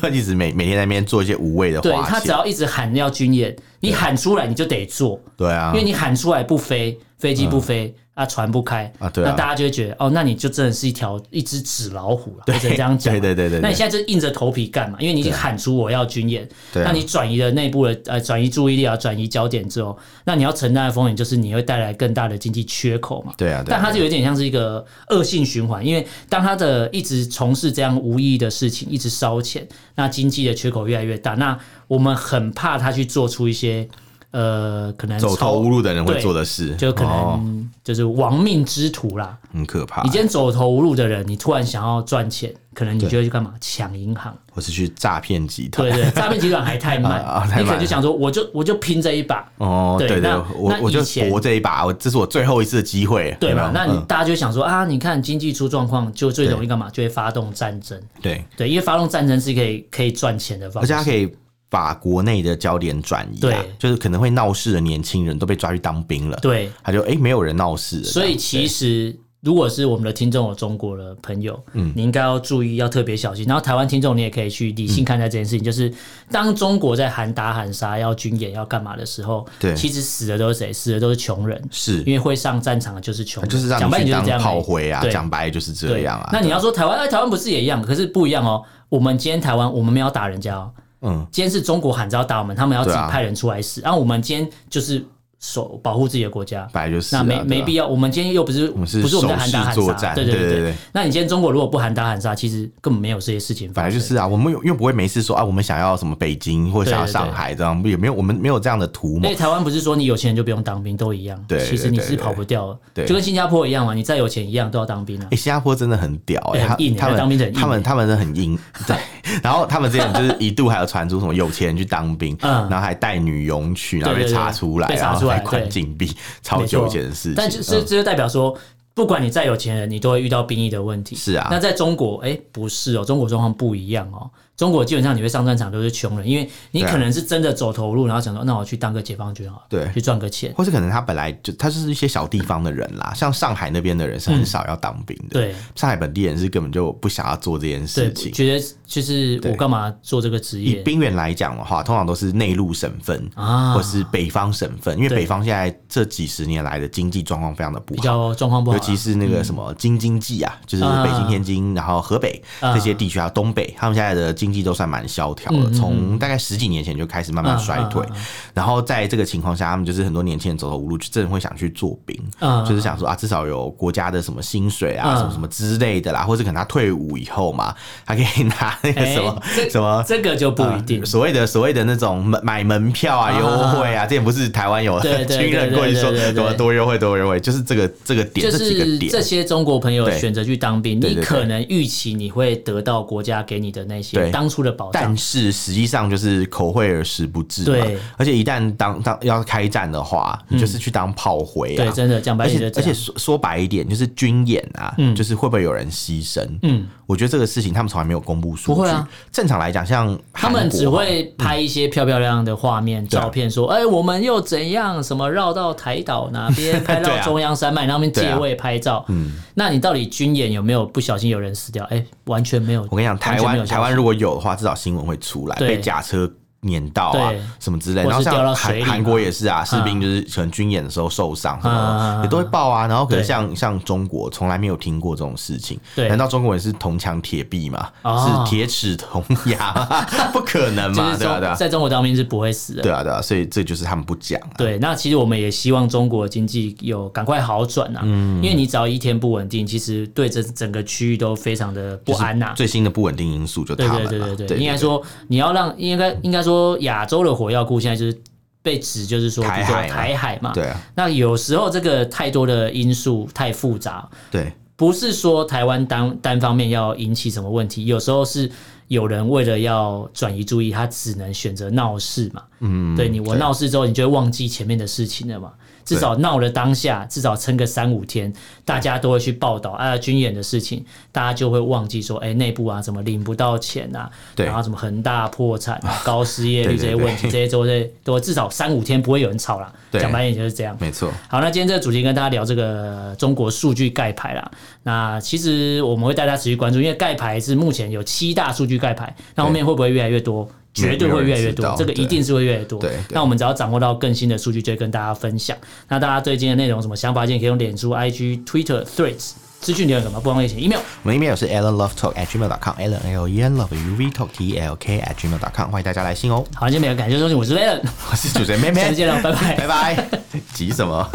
Speaker 1: 欸、
Speaker 2: 一直每每天在那边做一些无谓的
Speaker 1: 对
Speaker 2: 花
Speaker 1: 他只
Speaker 2: 钱，
Speaker 1: 要一直喊要军演，你喊出来你就得做，
Speaker 2: 对啊嗯
Speaker 1: 因为，你喊出来不飞，飞机不飞，啊船不开
Speaker 2: 啊对啊
Speaker 1: 那大家就会觉得哦，那你就真的是一条一只纸老虎了，或者这样讲啊。
Speaker 2: 对对对对对啊
Speaker 1: 那你现在就硬着头皮干嘛？因为你已经喊出我要军演，
Speaker 2: 对啊
Speaker 1: 那你转移了内部的呃转移注意力啊，转移焦点之后，那你要承担的风险就是你会带来更大的经济缺口嘛。
Speaker 2: 对啊，对
Speaker 1: 但它
Speaker 2: 啊，
Speaker 1: 就有点像是一个恶性循环，因为当他的一直从事这样无意义的事情，一直烧钱，那经济的缺口越来越大，那我们很怕他去做出一些呃，可能
Speaker 2: 走投
Speaker 1: 超
Speaker 2: 无路的人会做
Speaker 1: 对
Speaker 2: 的事，
Speaker 1: 就可
Speaker 2: 哦啊
Speaker 1: 能就是亡命之徒啦。
Speaker 2: 很可怕
Speaker 1: 你。今天走投无路的人，你突然想要赚钱，可能你就会去干嘛？抢银行。
Speaker 2: 我是去诈骗集团
Speaker 1: 对， 对，诈骗集团还太慢
Speaker 2: 啊啊，太慢
Speaker 1: 你可能就想说，我就我就拼这一把。
Speaker 2: 哦，
Speaker 1: 对
Speaker 2: 对对
Speaker 1: 那，
Speaker 2: 我
Speaker 1: 那
Speaker 2: 我
Speaker 1: 以
Speaker 2: 就
Speaker 1: 前
Speaker 2: 搏这一把，我这是我最后一次的机会，
Speaker 1: 对
Speaker 2: 有没有
Speaker 1: 嘛？那你
Speaker 2: 嗯
Speaker 1: 大家就会想说啊，你看经济出状况，就最容易干嘛？就会发动战争。
Speaker 2: 对，
Speaker 1: 对，因为发动战争是可以可以赚钱的方
Speaker 2: 而且
Speaker 1: 式。
Speaker 2: 他可以把国内的焦点转移，啊
Speaker 1: 对，
Speaker 2: 就是可能会闹事的年轻人都被抓去当兵了，
Speaker 1: 对，
Speaker 2: 他就哎、诶没有人闹事了，
Speaker 1: 所以
Speaker 2: 这
Speaker 1: 其
Speaker 2: 样
Speaker 1: 实如果是我们的听众有中国的朋友，嗯，你应该要注意，要特别小心。然后台湾听众你也可以去理性看待这件事
Speaker 2: 嗯
Speaker 1: 情，就是当中国在喊打喊杀、要军演、要干嘛的时候，
Speaker 2: 对
Speaker 1: 其实死的都是谁？死的都是穷人，
Speaker 2: 是啊
Speaker 1: 因为会上战场的就是穷人，
Speaker 2: 就是让
Speaker 1: 讲白
Speaker 2: 你
Speaker 1: 你
Speaker 2: 去
Speaker 1: 就是
Speaker 2: 当
Speaker 1: 这样而
Speaker 2: 炮
Speaker 1: 已
Speaker 2: 灰啊，
Speaker 1: 对
Speaker 2: 讲白就是这
Speaker 1: 对
Speaker 2: 样啊。
Speaker 1: 那你要说台湾，哎，台湾不是也一样？可是不一样哦。我们今天台湾，我们没有打人家哦。
Speaker 2: 嗯，
Speaker 1: 今天是中国喊着要打我们，他们要自己
Speaker 2: 对啊
Speaker 1: 派人出来死。然后、我们今天就是守保护自己的国家，
Speaker 2: 本来就是、啊，
Speaker 1: 那没没必
Speaker 2: 要。
Speaker 1: 要。我们今天又不是
Speaker 2: 我们是
Speaker 1: 不是我们在喊打
Speaker 2: 守势作
Speaker 1: 喊杀，
Speaker 2: 战
Speaker 1: 对对
Speaker 2: 对对
Speaker 1: 对
Speaker 2: 对。
Speaker 1: 那你今天中国如果不喊打喊杀，其实根本没有这些事情
Speaker 2: 本
Speaker 1: 发
Speaker 2: 来
Speaker 1: 生。
Speaker 2: 就是啊，我们有又不会没事说啊，我们想要什么北京或者想要
Speaker 1: 对对对
Speaker 2: 上海这样，也没有我们没有这样的图
Speaker 1: 因
Speaker 2: 谋
Speaker 1: 为。台湾不是说你有钱人就不用当兵都一样，
Speaker 2: 对
Speaker 1: 其实你
Speaker 2: 对
Speaker 1: 是
Speaker 2: 对
Speaker 1: 跑不掉的，
Speaker 2: 对
Speaker 1: 就跟新加坡一样嘛，你再有钱一样都要当兵啊
Speaker 2: 哎、。新加坡真的很屌哎、
Speaker 1: 哎很硬哎
Speaker 2: 他
Speaker 1: 当兵的很
Speaker 2: 们
Speaker 1: 硬
Speaker 2: 他们他们真的 很硬，对。然后他们之前就是一度还有传出什么有钱人去当兵，
Speaker 1: 嗯
Speaker 2: 然后还带女佣去，然后被
Speaker 1: 对对对
Speaker 2: 查出来，
Speaker 1: 被查
Speaker 2: 然后
Speaker 1: 出来
Speaker 2: 还关
Speaker 1: 对
Speaker 2: 禁闭，超
Speaker 1: 没错
Speaker 2: 久以前的事情。
Speaker 1: 但就是
Speaker 2: 嗯
Speaker 1: 这就代表说，不管你再有钱人，你都会遇到兵役的问题。
Speaker 2: 是啊
Speaker 1: 那在中国，哎、不是哦，中国状况不一样哦。中国基本上你会上战场都是穷人，因为你
Speaker 2: 对啊
Speaker 1: 可能是真的走投无路，然后想说，那我去当个解放军好了，
Speaker 2: 对
Speaker 1: 去赚个钱。
Speaker 2: 或是可能他本来就他就是一些小地方的人啦，像上海那边的人是很少要当兵的，
Speaker 1: 嗯对
Speaker 2: 上海本地人是根本就不想要做这件
Speaker 1: 对，
Speaker 2: 事情。
Speaker 1: 觉得就是
Speaker 2: 对
Speaker 1: 我干嘛做这个职
Speaker 2: 以
Speaker 1: 业
Speaker 2: 兵员来讲的话，通常都是内陆省份
Speaker 1: 啊？
Speaker 2: 或是北方省份，因为
Speaker 1: 对
Speaker 2: 北方现在这几十年来的经济状况非常的不
Speaker 1: 比
Speaker 2: 好。
Speaker 1: 较状况不好
Speaker 2: 尤
Speaker 1: 啊，
Speaker 2: 其是那个什么京津冀啊，就是北京、
Speaker 1: 啊
Speaker 2: 天津，然后河北
Speaker 1: 啊
Speaker 2: 这些地区啊，东北，他们现在的经济都算蛮萧条
Speaker 1: 嗯嗯
Speaker 2: 的，
Speaker 1: 嗯
Speaker 2: 从大概十几年前就开始慢慢衰退
Speaker 1: 啊啊啊。
Speaker 2: 然后在这个情况下，他们就是很多年轻人走投无路，就真的会想去做兵，
Speaker 1: 啊
Speaker 2: 就是想说啊，至少有国家的什么薪水啊，
Speaker 1: 啊
Speaker 2: 什么什么之类的啦，或者可能他退伍以后嘛，他可以拿那个什么
Speaker 1: 哎这
Speaker 2: 什么。
Speaker 1: 这个就不一定
Speaker 2: 呃。所谓的所谓的那种门买门票啊、
Speaker 1: 啊
Speaker 2: 优惠啊，之前不是台湾有
Speaker 1: 对对
Speaker 2: 军人过去
Speaker 1: 对
Speaker 2: 说
Speaker 1: 对对对对
Speaker 2: 什么多优惠多优惠，就是这个这个点
Speaker 1: 就
Speaker 2: 这几
Speaker 1: 是
Speaker 2: 个
Speaker 1: 这
Speaker 2: 点，
Speaker 1: 些中国朋友
Speaker 2: 对
Speaker 1: 选择去当兵，
Speaker 2: 对
Speaker 1: 你
Speaker 2: 对对
Speaker 1: 可能预期你会得到国家给你的那些
Speaker 2: 对
Speaker 1: 当初的保障
Speaker 2: 但，是实际上就是口惠而实不至嘛
Speaker 1: 对。嗯
Speaker 2: 而且一旦当当要开战的话，你就是去当炮灰啊
Speaker 1: 对，。真的讲白
Speaker 2: 而
Speaker 1: 一点就
Speaker 2: 且
Speaker 1: 这嗯
Speaker 2: 而且
Speaker 1: 样。
Speaker 2: 说说白一点，就是军演啊，就是会不会有人牺牲？嗯，我觉得这个事情他们从来没有公布数据。
Speaker 1: 不会啊
Speaker 2: 正常来讲，像
Speaker 1: 他们
Speaker 2: 韩国
Speaker 1: 只
Speaker 2: 嘛
Speaker 1: 会拍一些漂漂亮亮的画面、
Speaker 2: 啊
Speaker 1: 照片，说：“哎、我们又怎样？什么绕到台岛哪边，拍到
Speaker 2: 对啊
Speaker 1: 中央山脉，然后他们
Speaker 2: 对
Speaker 1: 借
Speaker 2: 啊
Speaker 1: 位拍照。嗯，那你到底军演有没有不小心有人死掉？哎、完全没有。
Speaker 2: 我跟你讲，
Speaker 1: 完全
Speaker 2: 台
Speaker 1: 没
Speaker 2: 湾
Speaker 1: 有消息
Speaker 2: 台湾如果有的话，至少新闻会出来，
Speaker 1: 对
Speaker 2: 被假车碾到啊
Speaker 1: 对，
Speaker 2: 什么之类。
Speaker 1: 或是
Speaker 2: 然后
Speaker 1: 掉到
Speaker 2: 像
Speaker 1: 水里
Speaker 2: 韩韩国也是啊，士
Speaker 1: 嗯
Speaker 2: 兵就是可能军演的时候受伤什
Speaker 1: 嗯嗯
Speaker 2: 么
Speaker 1: 嗯
Speaker 2: 的，也都会报啊。然后可
Speaker 1: 对
Speaker 2: 能像像中国从来没有听过这种事情，
Speaker 1: 对
Speaker 2: 难道中国人是铜墙铁壁吗？
Speaker 1: 哦
Speaker 2: 是铁齿铜牙 吗？不可能
Speaker 1: 就
Speaker 2: 嘛，
Speaker 1: 是
Speaker 2: 对啊吧？对
Speaker 1: 中
Speaker 2: 吧？
Speaker 1: 在中国当兵是不会死的。
Speaker 2: 对啊，对啊，所以这就是他们不讲啊。
Speaker 1: 对，那其实我们也希望中国经济有赶快好转啊，
Speaker 2: 嗯
Speaker 1: 因为你只要一天不稳定，其实对这整个区域都非常的不安呐、
Speaker 2: 最新的不稳定因素就
Speaker 1: 对
Speaker 2: 他们
Speaker 1: 对
Speaker 2: 嘛，
Speaker 1: 对对对，
Speaker 2: 对，
Speaker 1: 应该说你要让应该应该说亚洲的火药库现在就是被指就是说
Speaker 2: 台
Speaker 1: 比如说
Speaker 2: 海嘛
Speaker 1: 台海嘛，
Speaker 2: 对啊，
Speaker 1: 那有时候这个太多的因素太复杂，
Speaker 2: 对
Speaker 1: 不是说台湾单单方面要引起什么问题，有时候是有人为了要转移注意，他只能选择闹事嘛。嗯，对你我
Speaker 2: 对
Speaker 1: 闹事之后，你就会忘记前面的事情了嘛。至少闹了当下，至少撑个三五天，大家都会去报道啊军演的事情，大家就会忘记说，哎、内部啊怎么领不到钱啊，
Speaker 2: 对
Speaker 1: 然后什么恒大破 产啊、高失业率这
Speaker 2: 对对
Speaker 1: 些问题，
Speaker 2: 对
Speaker 1: 这些都会都至少三五天不会有人吵啦。
Speaker 2: 对
Speaker 1: 讲白一点就是这样。
Speaker 2: 没错，
Speaker 1: 好，那今天这个主题跟大家聊这个中国数据盖牌啦。那其实我们会带大家持续关注，因为盖牌是目前有七大数据盖牌，那后面会不会越来越多？绝对会越来越
Speaker 2: 没有
Speaker 1: 多，
Speaker 2: 人知
Speaker 1: 这
Speaker 2: 道
Speaker 1: 个一定是会越来越多
Speaker 2: 对对。
Speaker 1: 那我们只要掌握到更新的数据，就会跟大家分享。那大家对今天的内容有什么想法，建议可以用脸书、IG、Twitter、Threads 资讯留言，什么不方便写 email。
Speaker 2: 我们 email 是 alanlovetalk@gmail.com，alan l e n love u v talk t E l k at gmail.com，欢迎大家来信哦。
Speaker 1: 好，今天没有感谢收听，我是 Valen，
Speaker 2: 我是主持人妹
Speaker 1: 下次
Speaker 2: 妹，
Speaker 1: 见了，拜拜
Speaker 2: 拜。拜，急什么？